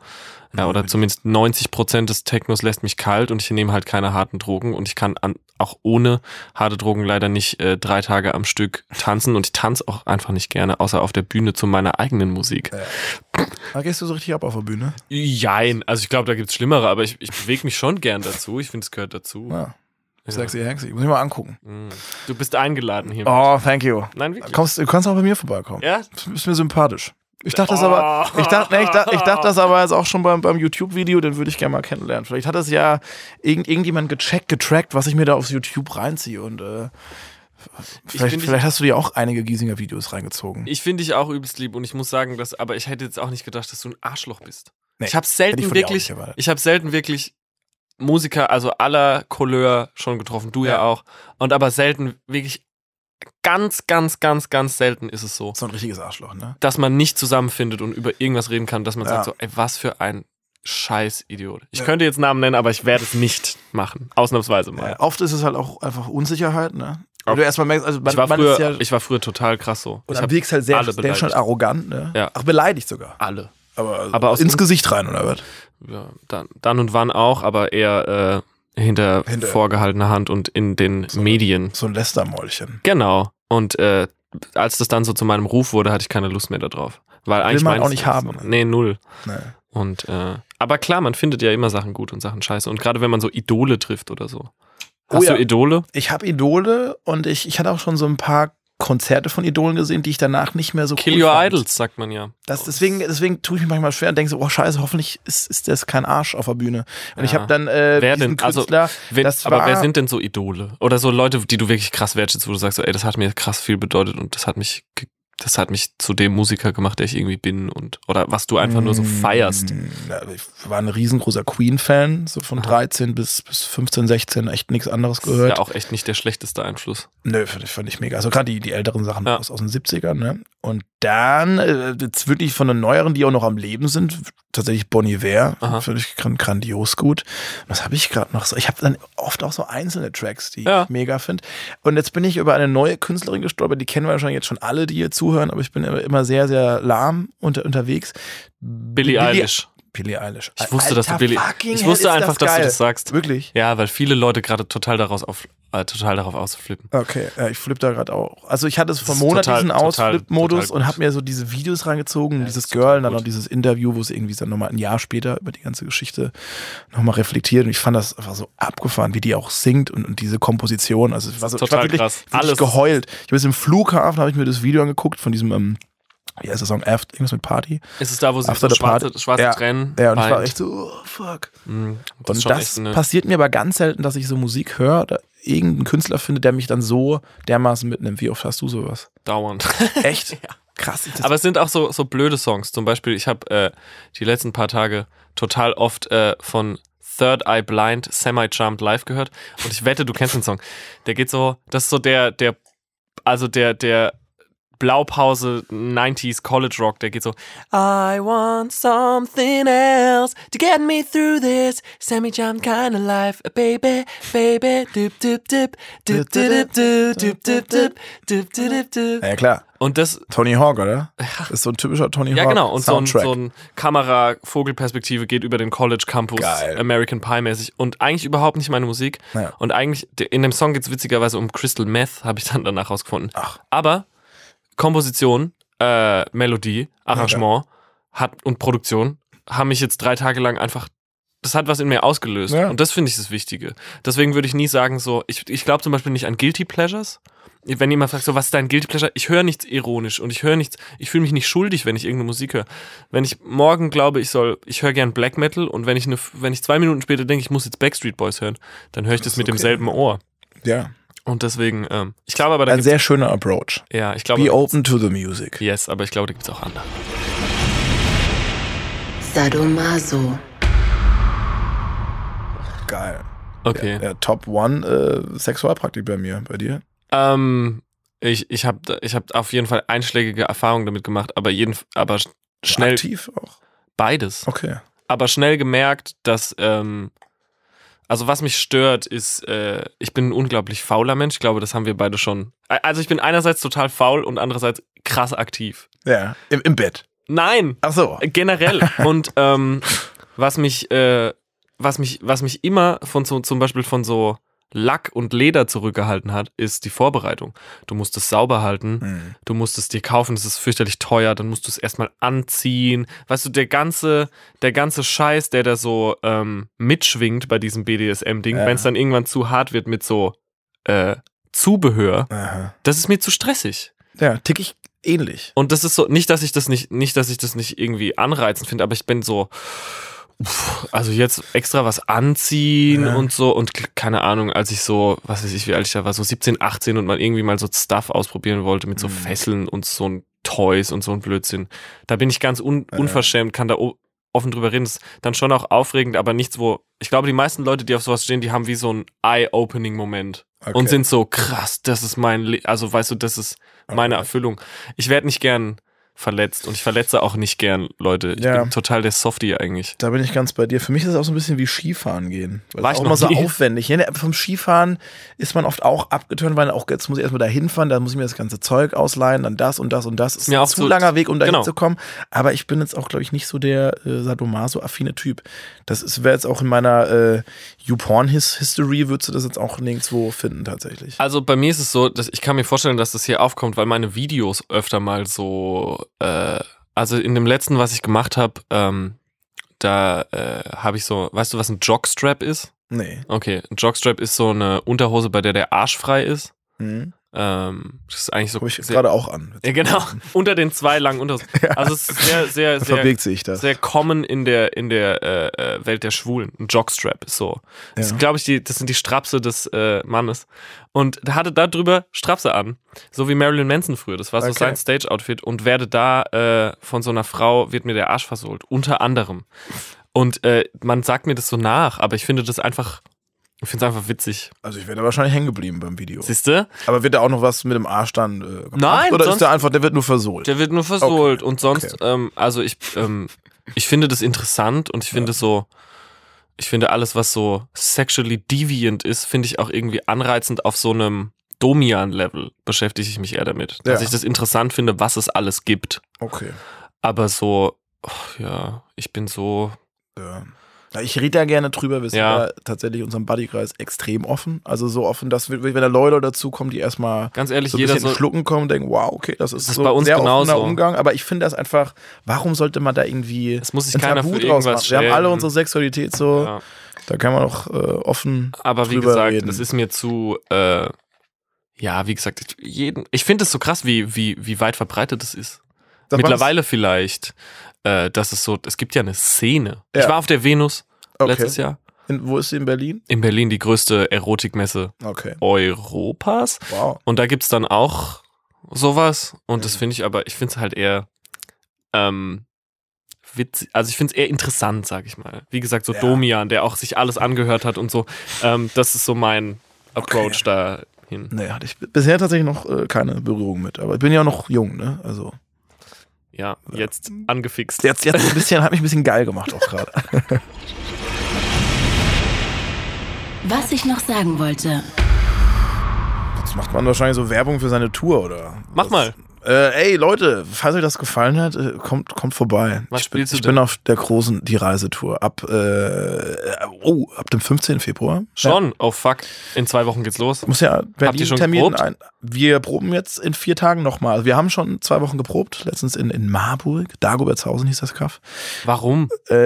Speaker 3: ja, oder zumindest 90 Prozent des Technos lässt mich kalt und ich nehme halt keine harten Drogen und ich kann an, auch ohne harte Drogen leider nicht äh, drei Tage am Stück tanzen und ich tanze auch einfach nicht gerne, außer auf der Bühne zu meiner eigenen Musik.
Speaker 2: Da Ah, gehst du so richtig ab auf der Bühne.
Speaker 3: Jein, also ich glaube, da gibt's Schlimmere, aber ich, ich bewege mich schon gern dazu. Ich finde, es gehört dazu.
Speaker 2: Ja.
Speaker 3: Ja.
Speaker 2: Sexy Hexy. Muss ich mal angucken.
Speaker 3: Mm. Du bist eingeladen hier.
Speaker 2: Oh, thank you.
Speaker 3: Nein, wirklich.
Speaker 2: Kommst, du kannst auch bei mir vorbeikommen.
Speaker 3: Ja,
Speaker 2: Du bist mir sympathisch. Ich dachte das aber,
Speaker 3: Oh.
Speaker 2: ich dachte, nee, ich dachte, ich dachte das aber jetzt auch schon beim, beim YouTube-Video, den würde ich gerne mal kennenlernen. Vielleicht hat das ja irgend, irgendjemand gecheckt, getrackt, was ich mir da aufs YouTube reinziehe und äh, vielleicht,
Speaker 3: bin
Speaker 2: vielleicht hast du dir auch einige Giesinger Videos reingezogen.
Speaker 3: Ich finde dich auch übelst lieb und ich muss sagen, dass, aber ich hätte jetzt auch nicht gedacht, dass du ein Arschloch bist.
Speaker 2: Nee,
Speaker 3: ich habe
Speaker 2: hätte ich
Speaker 3: selten
Speaker 2: von dir auch
Speaker 3: wirklich,
Speaker 2: nicht erwartet.
Speaker 3: ich habe selten wirklich Musiker, also aller Couleur schon getroffen, du ja. auch. Und aber selten, wirklich ganz, ganz, ganz, ganz selten ist es so,
Speaker 2: So ein richtiges Arschloch, ne?
Speaker 3: dass man nicht zusammenfindet und über irgendwas reden kann, dass man
Speaker 2: Ja.
Speaker 3: sagt so, ey, was für ein Scheiß-Idiot. Ich
Speaker 2: Ja.
Speaker 3: könnte jetzt Namen nennen, aber ich werde es nicht machen. Ausnahmsweise mal.
Speaker 2: Ja, oft ist es halt auch einfach Unsicherheit, ne?
Speaker 3: Auch-
Speaker 2: Wenn du erstmal merkst, also man,
Speaker 3: Ich war,
Speaker 2: man
Speaker 3: früher,
Speaker 2: ist ja
Speaker 3: ich war früher total krass so.
Speaker 2: und
Speaker 3: ich
Speaker 2: dann
Speaker 3: hab
Speaker 2: wirkst halt sehr,
Speaker 3: alle
Speaker 2: sehr schon
Speaker 3: beleidigt.
Speaker 2: arrogant, ne?
Speaker 3: Ja.
Speaker 2: Ach, beleidigt sogar.
Speaker 3: alle.
Speaker 2: Aber, also
Speaker 3: Aber aus
Speaker 2: ins
Speaker 3: Un-
Speaker 2: Gesicht rein, oder was?
Speaker 3: ja, dann, dann und wann auch, aber eher äh, hinter,
Speaker 2: Hinter-
Speaker 3: vorgehaltener Hand und in den Medien.
Speaker 2: So ein Lästermäulchen.
Speaker 3: Genau. Und äh, als das dann so zu meinem Ruf wurde, hatte ich keine Lust mehr darauf. Weil eigentlich
Speaker 2: man
Speaker 3: meins-
Speaker 2: auch nicht haben.
Speaker 3: Nee, null.
Speaker 2: Ne?
Speaker 3: Und äh, aber klar, man findet ja immer Sachen gut und Sachen scheiße. Und gerade wenn man so Idole trifft oder so.
Speaker 2: Oh
Speaker 3: Hast
Speaker 2: ja.
Speaker 3: du Idole?
Speaker 2: Ich habe Idole und ich, ich hatte auch schon so ein paar Konzerte von Idolen gesehen, die ich danach nicht mehr so
Speaker 3: Kill
Speaker 2: cool
Speaker 3: Your
Speaker 2: fand.
Speaker 3: Idols, sagt man ja.
Speaker 2: Das, deswegen, deswegen tue ich mich manchmal schwer und denke so, oh scheiße, hoffentlich ist, ist das kein Arsch auf der Bühne. Und ich
Speaker 3: Ja.
Speaker 2: habe dann äh,
Speaker 3: Wer
Speaker 2: diesen
Speaker 3: denn? Also,
Speaker 2: Künstler,
Speaker 3: Wen,
Speaker 2: das
Speaker 3: aber
Speaker 2: war-
Speaker 3: wer sind denn so Idole? Oder so Leute, die du wirklich krass wertschätzt, wo du sagst, so, ey, das hat mir krass viel bedeutet und das hat mich, ge- das hat mich zu dem Musiker gemacht, der ich irgendwie bin und oder was du einfach nur so feierst.
Speaker 2: Ja, Mm, Ich war ein riesengroßer Queen-Fan, so von 13 bis, bis 15, 16, echt nichts anderes
Speaker 3: Das ist
Speaker 2: gehört.
Speaker 3: ja auch echt nicht der schlechteste Einfluss.
Speaker 2: Nö, fand ich, fand ich mega. Also gerade die, die älteren Sachen
Speaker 3: Ja.
Speaker 2: aus, aus den 70ern, ne? Und dann, äh, jetzt wirklich von den neueren, die auch noch am Leben sind, tatsächlich Bon Iver,
Speaker 3: Aha.
Speaker 2: finde ich gran- grandios gut. Was habe ich gerade noch so? Ich habe dann oft auch so einzelne Tracks, die
Speaker 3: Ja.
Speaker 2: ich mega finde. Und jetzt bin ich über eine neue Künstlerin gestolpert, die kennen wir wahrscheinlich jetzt schon alle, die hier zuhören, aber ich bin immer- immer sehr, sehr lahm unter, unterwegs.
Speaker 3: Billie Eilish.
Speaker 2: Billie Eilish.
Speaker 3: Ich wusste, dass du
Speaker 2: Alter
Speaker 3: Billie.
Speaker 2: fucking
Speaker 3: Ich
Speaker 2: hell,
Speaker 3: wusste
Speaker 2: ist
Speaker 3: einfach, dass du
Speaker 2: geil.
Speaker 3: das sagst.
Speaker 2: Wirklich?
Speaker 3: Ja, weil viele Leute gerade total daraus auf, äh, total darauf ausflippen.
Speaker 2: Okay, ja, ich flippe da gerade auch. Also ich hatte es vor
Speaker 3: ist
Speaker 2: Monaten
Speaker 3: total-
Speaker 2: diesen
Speaker 3: total-
Speaker 2: Ausflip-Modus
Speaker 3: total
Speaker 2: und
Speaker 3: gut.
Speaker 2: habe mir so diese Videos reingezogen,
Speaker 3: das
Speaker 2: dieses
Speaker 3: ist total
Speaker 2: Girl und dann
Speaker 3: gut.
Speaker 2: noch dieses Interview, wo es irgendwie dann nochmal ein Jahr später über die ganze Geschichte nochmal reflektiert. Und ich fand das einfach so abgefahren, wie die auch singt und, und diese Komposition. Also ich war, so, ich
Speaker 3: total
Speaker 2: war wirklich,
Speaker 3: krass.
Speaker 2: wirklich
Speaker 3: Alles-
Speaker 2: geheult. Ich bin im Flughafen, habe ich mir das Video angeguckt von diesem, ähm, wie heißt der Song, Aft, irgendwas mit Party.
Speaker 3: Ist es da, wo sie
Speaker 2: After
Speaker 3: so
Speaker 2: the Party.
Speaker 3: schwarze, schwarze
Speaker 2: Ja.
Speaker 3: Tränen
Speaker 2: Ja, und ich war
Speaker 3: weint?
Speaker 2: echt so, oh, fuck.
Speaker 3: Mhm. Das ist
Speaker 2: Und
Speaker 3: schon
Speaker 2: das
Speaker 3: echt eine,
Speaker 2: passiert mir aber ganz selten, dass ich so Musik höre oder irgendeinen Künstler finde, der mich dann so dermaßen mitnimmt. Wie oft hast du sowas?
Speaker 3: dauernd.
Speaker 2: Echt? Krass. ich- Das
Speaker 3: Aber es sind auch so, so blöde Songs. Zum Beispiel, ich habe äh, die letzten paar Tage total oft äh, von Third Eye Blind Semi-Charmed Live gehört. Und ich wette, du kennst den Song. Der geht so, das ist so der, der, also der, der Blaupause 90s College Rock, der geht so,
Speaker 1: I want something else to get me through this semi jam kind of life, baby, baby, doop doop doop, doop doop doop, doop doop doop, doop doop doop.
Speaker 2: ja, klar.
Speaker 3: und das,
Speaker 2: Tony Hawk, oder? Das ist so ein typischer Tony Hawk.
Speaker 3: ja genau, und so ein,
Speaker 2: Soundtrack.
Speaker 3: so ein Kamera-Vogelperspektive geht über den College Campus,
Speaker 2: Geil.
Speaker 3: American Pie mäßig und eigentlich überhaupt nicht meine Musik.
Speaker 2: Ja.
Speaker 3: Und eigentlich, in dem Song geht es witzigerweise um Crystal Meth, habe ich dann danach rausgefunden.
Speaker 2: Ach,
Speaker 3: Aber Komposition, äh, Melodie, Arrangement hat, und Produktion haben mich jetzt drei Tage lang einfach. Das hat was in mir ausgelöst.
Speaker 2: Ja.
Speaker 3: Und das finde ich das Wichtige. Deswegen würde ich nie sagen, so, ich, ich glaube zum Beispiel nicht an Guilty Pleasures. Wenn jemand fragt, so, was ist dein Guilty Pleasure? Ich höre nichts ironisch und ich höre nichts, ich fühle mich nicht schuldig, wenn ich irgendeine Musik höre. Wenn ich morgen glaube, ich soll, ich höre gern Black Metal und wenn ich, eine, wenn ich zwei Minuten später denke, ich muss jetzt Backstreet Boys hören, dann höre ich das,
Speaker 2: ist
Speaker 3: mit
Speaker 2: okay.
Speaker 3: demselben Ohr.
Speaker 2: ja.
Speaker 3: Und deswegen, ähm, ich glaube aber, da
Speaker 2: Ein
Speaker 3: gibt's,
Speaker 2: sehr schöner Approach.
Speaker 3: ja, ich glaube,
Speaker 2: Also Be open to the music.
Speaker 3: Yes, aber ich glaube, da gibt es auch andere.
Speaker 4: Sadomaso.
Speaker 2: Geil.
Speaker 3: Okay.
Speaker 2: Ja, Top One äh, Sexualpraktik bei mir, bei dir.
Speaker 3: Ähm, ich ich habe ich hab auf jeden Fall einschlägige Erfahrungen damit gemacht, aber, jeden, aber sch- schnell
Speaker 2: Aktiv auch.
Speaker 3: beides.
Speaker 2: Okay.
Speaker 3: Aber schnell gemerkt, dass. Ähm, also was mich stört, ist, äh, ich bin ein unglaublich fauler Mensch. Ich glaube, das haben wir beide schon. Also ich bin einerseits total faul und andererseits krass aktiv.
Speaker 2: Ja. Im, im Bett.
Speaker 3: Nein,
Speaker 2: Ach so.
Speaker 3: Generell. Und ähm, was mich, äh, was mich, was mich immer von so, zum Beispiel von so Lack und Leder zurückgehalten hat, ist die Vorbereitung. Du musst es sauber halten,
Speaker 2: Hm.
Speaker 3: du musst es dir kaufen, es ist fürchterlich teuer, dann musst du es erstmal anziehen. Weißt du, der ganze, der ganze Scheiß, der da so ähm, mitschwingt bei diesem BDSM-Ding,
Speaker 2: Ja.
Speaker 3: wenn es dann irgendwann zu hart wird mit so äh, Zubehör,
Speaker 2: Aha.
Speaker 3: das ist mir zu stressig.
Speaker 2: Ja, tick ich ähnlich.
Speaker 3: Und das ist so, nicht, dass ich das nicht, nicht, dass ich das nicht irgendwie anreizend finde, aber ich bin so, pff, also jetzt extra was anziehen
Speaker 2: Ja.
Speaker 3: und so und k- keine Ahnung, als ich so, was weiß ich, wie alt ich da war, so 17, 18 und mal irgendwie mal so Stuff ausprobieren wollte mit so Fesseln und so ein Toys und so ein Blödsinn. Da bin ich ganz un unverschämt, kann da o- offen drüber reden. Das ist dann schon auch aufregend, aber nichts, wo, ich glaube, die meisten Leute, die auf sowas stehen, die haben wie so einen Eye-Opening-Moment und sind so krass, das ist mein, Le also weißt du, das ist meine Erfüllung. Ich werde nicht gern verletzt und ich verletze auch nicht gern Leute. Ich
Speaker 2: Ja.
Speaker 3: bin total der Softie eigentlich.
Speaker 2: Da bin ich ganz bei dir. Für mich ist es auch so ein bisschen wie Skifahren gehen. Weil
Speaker 3: War
Speaker 2: es
Speaker 3: ich
Speaker 2: auch immer
Speaker 3: noch
Speaker 2: so
Speaker 3: nie.
Speaker 2: aufwendig. Ja, ne, vom Skifahren ist man oft auch abgetönt, weil auch jetzt muss ich erstmal da hinfahren, dann muss ich mir das ganze Zeug ausleihen, dann das und das und das. Ist
Speaker 3: mir
Speaker 2: ein
Speaker 3: auch
Speaker 2: zu
Speaker 3: so-
Speaker 2: langer Weg, um da
Speaker 3: genau.
Speaker 2: hinzukommen. Aber ich bin jetzt auch, glaube ich, nicht so der äh, Sadomaso-affine Typ. Das wäre jetzt auch in meiner äh, YouPorn-History, würdest du das jetzt auch nirgendwo finden, tatsächlich.
Speaker 3: Also bei mir ist es so, dass ich kann mir vorstellen, dass das hier aufkommt, weil meine Videos öfter mal so, äh, also in dem letzten, was ich gemacht habe, ähm, da äh, habe ich so, weißt du, was ein Jockstrap ist?
Speaker 2: Nee.
Speaker 3: Okay, ein Jockstrap ist so eine Unterhose, bei der der Arsch frei ist.
Speaker 2: Hm.
Speaker 3: Ähm, das ist eigentlich so.
Speaker 2: Habe ich
Speaker 3: sehr,
Speaker 2: gerade auch an.
Speaker 3: ja, genau, unter den zwei langen Unterhosen. Also es ist sehr, sehr,
Speaker 2: Da
Speaker 3: sehr,
Speaker 2: verbirgt sich das.
Speaker 3: sehr common in der in der äh, äh, Welt der Schwulen. Ein Jockstrap ist so. Das
Speaker 2: Ja.
Speaker 3: glaube ich, die, das sind die Strapse des äh, Mannes. Und da hatte da drüber Strapse an, so wie Marilyn Manson früher. Das war so
Speaker 2: Okay.
Speaker 3: sein Stage-Outfit und werde da äh, von so einer Frau wird mir der Arsch versohlt, unter anderem. Und äh, man sagt mir das so nach, aber ich finde das einfach, ich finde es einfach witzig.
Speaker 2: Also ich wäre da wahrscheinlich hängen geblieben beim Video.
Speaker 3: Siehste?
Speaker 2: Aber wird da auch noch was mit dem Arsch dann äh, gemacht?
Speaker 3: Nein,
Speaker 2: Oder ist
Speaker 3: sonst-
Speaker 2: der einfach, der wird nur versohlt?
Speaker 3: Der wird nur versohlt und sonst, ähm, also ich, ähm, ich finde das interessant und ich finde so, ich finde alles, was so sexually deviant ist, finde ich auch irgendwie anreizend auf so einem Domian-Level beschäftige ich mich eher damit. Dass
Speaker 2: Ja.
Speaker 3: ich das interessant finde, was es alles gibt.
Speaker 2: Okay.
Speaker 3: Aber so, oh, ja, ich bin so,
Speaker 2: Ja. Ja, Ich rede da gerne drüber, wir sind
Speaker 3: Ja.
Speaker 2: ja, tatsächlich unserem Buddykreis extrem offen. Also so offen, dass wir, wenn da Leute dazu kommen, die erstmal
Speaker 3: ganz ehrlich,
Speaker 2: so ein
Speaker 3: jeder
Speaker 2: bisschen
Speaker 3: so,
Speaker 2: schlucken kommen und denken, wow, okay, das ist,
Speaker 3: Das ist
Speaker 2: so
Speaker 3: bei uns
Speaker 2: sehr
Speaker 3: genauso.
Speaker 2: offener Umgang. Aber ich finde das einfach, warum sollte man da irgendwie
Speaker 3: es muss sich
Speaker 2: ein
Speaker 3: keiner
Speaker 2: Tabu draus
Speaker 3: für
Speaker 2: machen?
Speaker 3: irgendwas
Speaker 2: Wir
Speaker 3: stellen.
Speaker 2: haben alle unsere Sexualität so,
Speaker 3: Ja.
Speaker 2: da kann man auch äh, offen
Speaker 3: Aber wie
Speaker 2: drüber
Speaker 3: gesagt,
Speaker 2: reden.
Speaker 3: es ist mir zu, äh, ja, wie gesagt, ich, jeden, ich finde es so krass, wie, wie, wie weit verbreitet es ist.
Speaker 2: Sag mal,
Speaker 3: Mittlerweile vielleicht, äh, dass es so, es gibt ja eine Szene.
Speaker 2: Ja.
Speaker 3: Ich war auf der Venus
Speaker 2: okay.
Speaker 3: letztes Jahr.
Speaker 2: In, wo ist sie in Berlin?
Speaker 3: In Berlin die größte Erotikmesse
Speaker 2: Okay,
Speaker 3: Europas.
Speaker 2: wow.
Speaker 3: Und da gibt's dann auch sowas. Und
Speaker 2: Mhm.
Speaker 3: das finde ich aber, ich finde es halt eher ähm, witzig. Also ich finde es eher interessant, sag ich mal. Wie gesagt, so
Speaker 2: Ja.
Speaker 3: Domian, der auch sich alles angehört hat und so. Ähm, das ist so mein Approach dahin.
Speaker 2: Nee, hatte ich bisher tatsächlich noch äh, keine Berührung mit. Aber ich bin ja auch noch jung, ne? Also
Speaker 3: Ja, jetzt angefixt.
Speaker 2: jetzt, jetzt ein bisschen, hat mich ein bisschen geil gemacht auch gerade.
Speaker 4: Was ich noch sagen wollte.
Speaker 2: Das macht man wahrscheinlich so Werbung für seine Tour, oder?
Speaker 3: Mach
Speaker 2: das,
Speaker 3: mal.
Speaker 2: Äh, ey, Leute, falls euch das gefallen hat, äh, kommt, kommt vorbei.
Speaker 3: Was
Speaker 2: ich bin,
Speaker 3: spielst du
Speaker 2: ich
Speaker 3: denn?
Speaker 2: bin auf der großen Die Reisetour. Ab, äh, oh, ab dem 15. Februar. Ja,
Speaker 3: Schon. Oh fuck. In zwei Wochen geht's los.
Speaker 2: muss ja Berlin
Speaker 3: ihr schon
Speaker 2: Termin
Speaker 3: geprobt?
Speaker 2: ein. Wir proben jetzt in vier Tagen nochmal. Also wir haben schon zwei Wochen geprobt, letztens in, in Marburg, Dagobertshausen hieß das Kaff.
Speaker 3: Warum?
Speaker 2: Äh,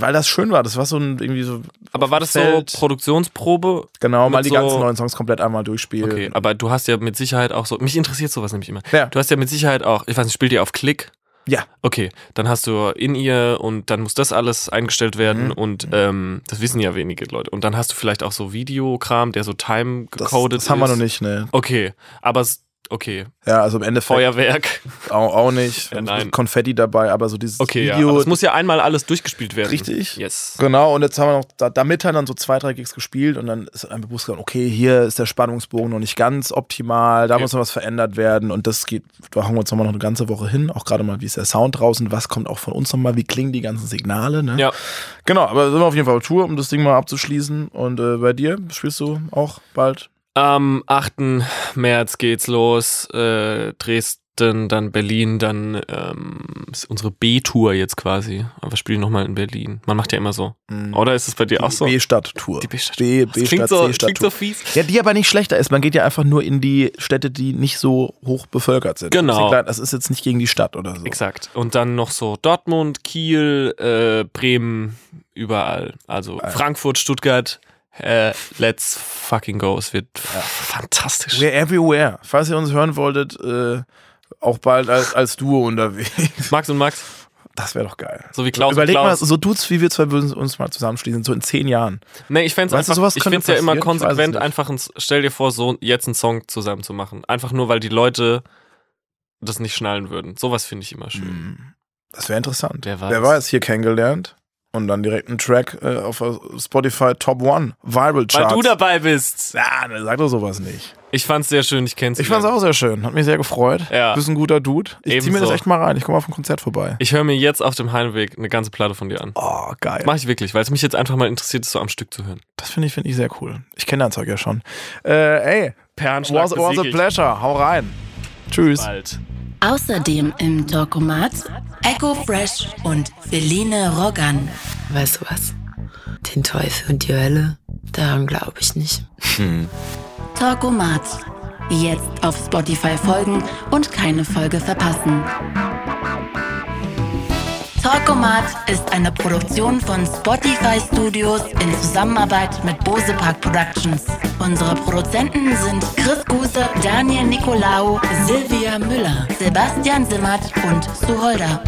Speaker 2: weil das schön war. Das war so ein irgendwie so,
Speaker 3: Aber war das so
Speaker 2: Feld.
Speaker 3: Produktionsprobe?
Speaker 2: genau, mal
Speaker 3: Mit
Speaker 2: die ganzen
Speaker 3: so-
Speaker 2: neuen Songs komplett einmal durchspielen.
Speaker 3: Okay, aber du hast ja mit Sicherheit auch so. Mich interessiert sowas nämlich immer.
Speaker 2: Ja.
Speaker 3: Du hast ja mit Sicherheit auch, ich weiß nicht, spielt ihr auf Klick?
Speaker 2: Ja.
Speaker 3: Okay, dann hast du in ihr und dann muss das alles eingestellt werden
Speaker 2: Mhm.
Speaker 3: und ähm, das wissen ja wenige Leute. Und dann hast du vielleicht auch so Videokram, der so time
Speaker 2: Das,
Speaker 3: gecodet ist.
Speaker 2: das haben wir noch nicht, ne?
Speaker 3: Okay, aber s- okay,
Speaker 2: Ja, also im Endeffekt.
Speaker 3: Feuerwerk.
Speaker 2: Auch, auch nicht.
Speaker 3: Ja,
Speaker 2: Ja,
Speaker 3: nein.
Speaker 2: Konfetti dabei, aber so dieses
Speaker 3: Okay, ja.
Speaker 2: Video.
Speaker 3: Aber es muss ja einmal alles durchgespielt werden.
Speaker 2: Richtig.
Speaker 3: Yes.
Speaker 2: genau, und jetzt haben wir noch, da, damit haben dann so zwei, drei Gigs gespielt und dann ist einem bewusst geworden, okay, hier ist der Spannungsbogen noch nicht ganz optimal, da
Speaker 3: Okay.
Speaker 2: muss noch was verändert werden und das geht, da haben wir uns nochmal noch eine ganze Woche hin, auch gerade mal, wie ist der Sound draußen, was kommt auch von uns nochmal, wie klingen die ganzen Signale, ne?
Speaker 3: Ja,
Speaker 2: Genau, aber sind wir auf jeden Fall auf Tour, um das Ding mal abzuschließen und äh, bei dir spielst du auch bald?
Speaker 3: Am 8. März geht's los. Äh, Dresden, dann Berlin, dann ähm, ist unsere B-Tour jetzt quasi. Aber wir spielen nochmal in Berlin. Man macht ja immer so.
Speaker 2: Mhm.
Speaker 3: Oder ist es bei dir auch so?
Speaker 2: Hm. B-Stadt-Tour.
Speaker 3: Die B-Stadt.
Speaker 2: B-
Speaker 3: Das klingt
Speaker 2: B-Stadt,
Speaker 3: so, klingt
Speaker 2: C-Stadt-Tour.
Speaker 3: so fies.
Speaker 2: Ja, die aber nicht schlechter ist. Man geht ja einfach nur in die Städte, die nicht so hoch bevölkert sind.
Speaker 3: Genau.
Speaker 2: Das ist, ja klar, das ist jetzt nicht gegen die Stadt oder so.
Speaker 3: Exakt. Und dann noch so Dortmund, Kiel, äh, Bremen, überall. Also Frankfurt, Stuttgart. Äh, let's fucking go. Es wird f- fantastisch.
Speaker 2: We're everywhere. Falls ihr uns hören wolltet, äh, auch bald als, als Duo unterwegs.
Speaker 3: Max und Max,
Speaker 2: Das wäre doch geil.
Speaker 3: so wie Klaus
Speaker 2: Überleg
Speaker 3: und
Speaker 2: mal,
Speaker 3: Klaus.
Speaker 2: so Dudes wie wir zwei würden uns mal zusammenschließen, so in zehn Jahren.
Speaker 3: nee, ich fände
Speaker 2: Weißt du,
Speaker 3: einfach,
Speaker 2: sowas
Speaker 3: ich
Speaker 2: könnte
Speaker 3: find's ja immer
Speaker 2: passieren, ich weiß es
Speaker 3: konsequent,
Speaker 2: nicht.
Speaker 3: einfach, ein, stell dir vor, so jetzt einen Song zusammen zu machen. Einfach nur, weil die Leute das nicht schnallen würden. Sowas finde ich immer
Speaker 2: Hm,
Speaker 3: schön.
Speaker 2: Das wäre interessant.
Speaker 3: Wer weiß.
Speaker 2: Wer weiß, hier kennengelernt und dann direkt einen Track äh, auf der Spotify Top One Viral
Speaker 3: Weil
Speaker 2: Charts.
Speaker 3: du dabei bist.
Speaker 2: ja, dann sag doch sowas nicht.
Speaker 3: Ich fand's sehr schön, ich kenn's.
Speaker 2: Ich fand's auch sehr schön, hat mich sehr gefreut.
Speaker 3: Ja.
Speaker 2: Bist ein guter Dude. Ich zieh mir
Speaker 3: Ebenso.
Speaker 2: das echt mal rein. Ich komme auf ein Konzert vorbei.
Speaker 3: Ich höre mir jetzt auf dem Heimweg eine ganze Platte von dir an.
Speaker 2: Oh, geil.
Speaker 3: Mach ich wirklich, weil es mich jetzt einfach mal interessiert, das so am Stück zu hören.
Speaker 2: Das finde ich, finde ich sehr cool. Ich kenne dein Zeug ja schon. Äh, ey,
Speaker 3: Perlenschlag
Speaker 2: was, was a
Speaker 3: besiegelt.
Speaker 2: pleasure. Hau rein. Tschüss.
Speaker 3: Bald.
Speaker 4: Außerdem im Dokumat Echo Fresh und Feline Rogan.
Speaker 5: Weißt du was? Den Teufel und die Hölle, daran glaube ich nicht.
Speaker 4: Talkomat. Jetzt auf Spotify folgen und keine Folge verpassen. Talkomat ist eine Produktion von Spotify Studios in Zusammenarbeit mit Bose Park Productions. Unsere Produzenten sind Chris Guse, Daniel Nicolaou, Silvia Müller, Sebastian Simmert und Suholder.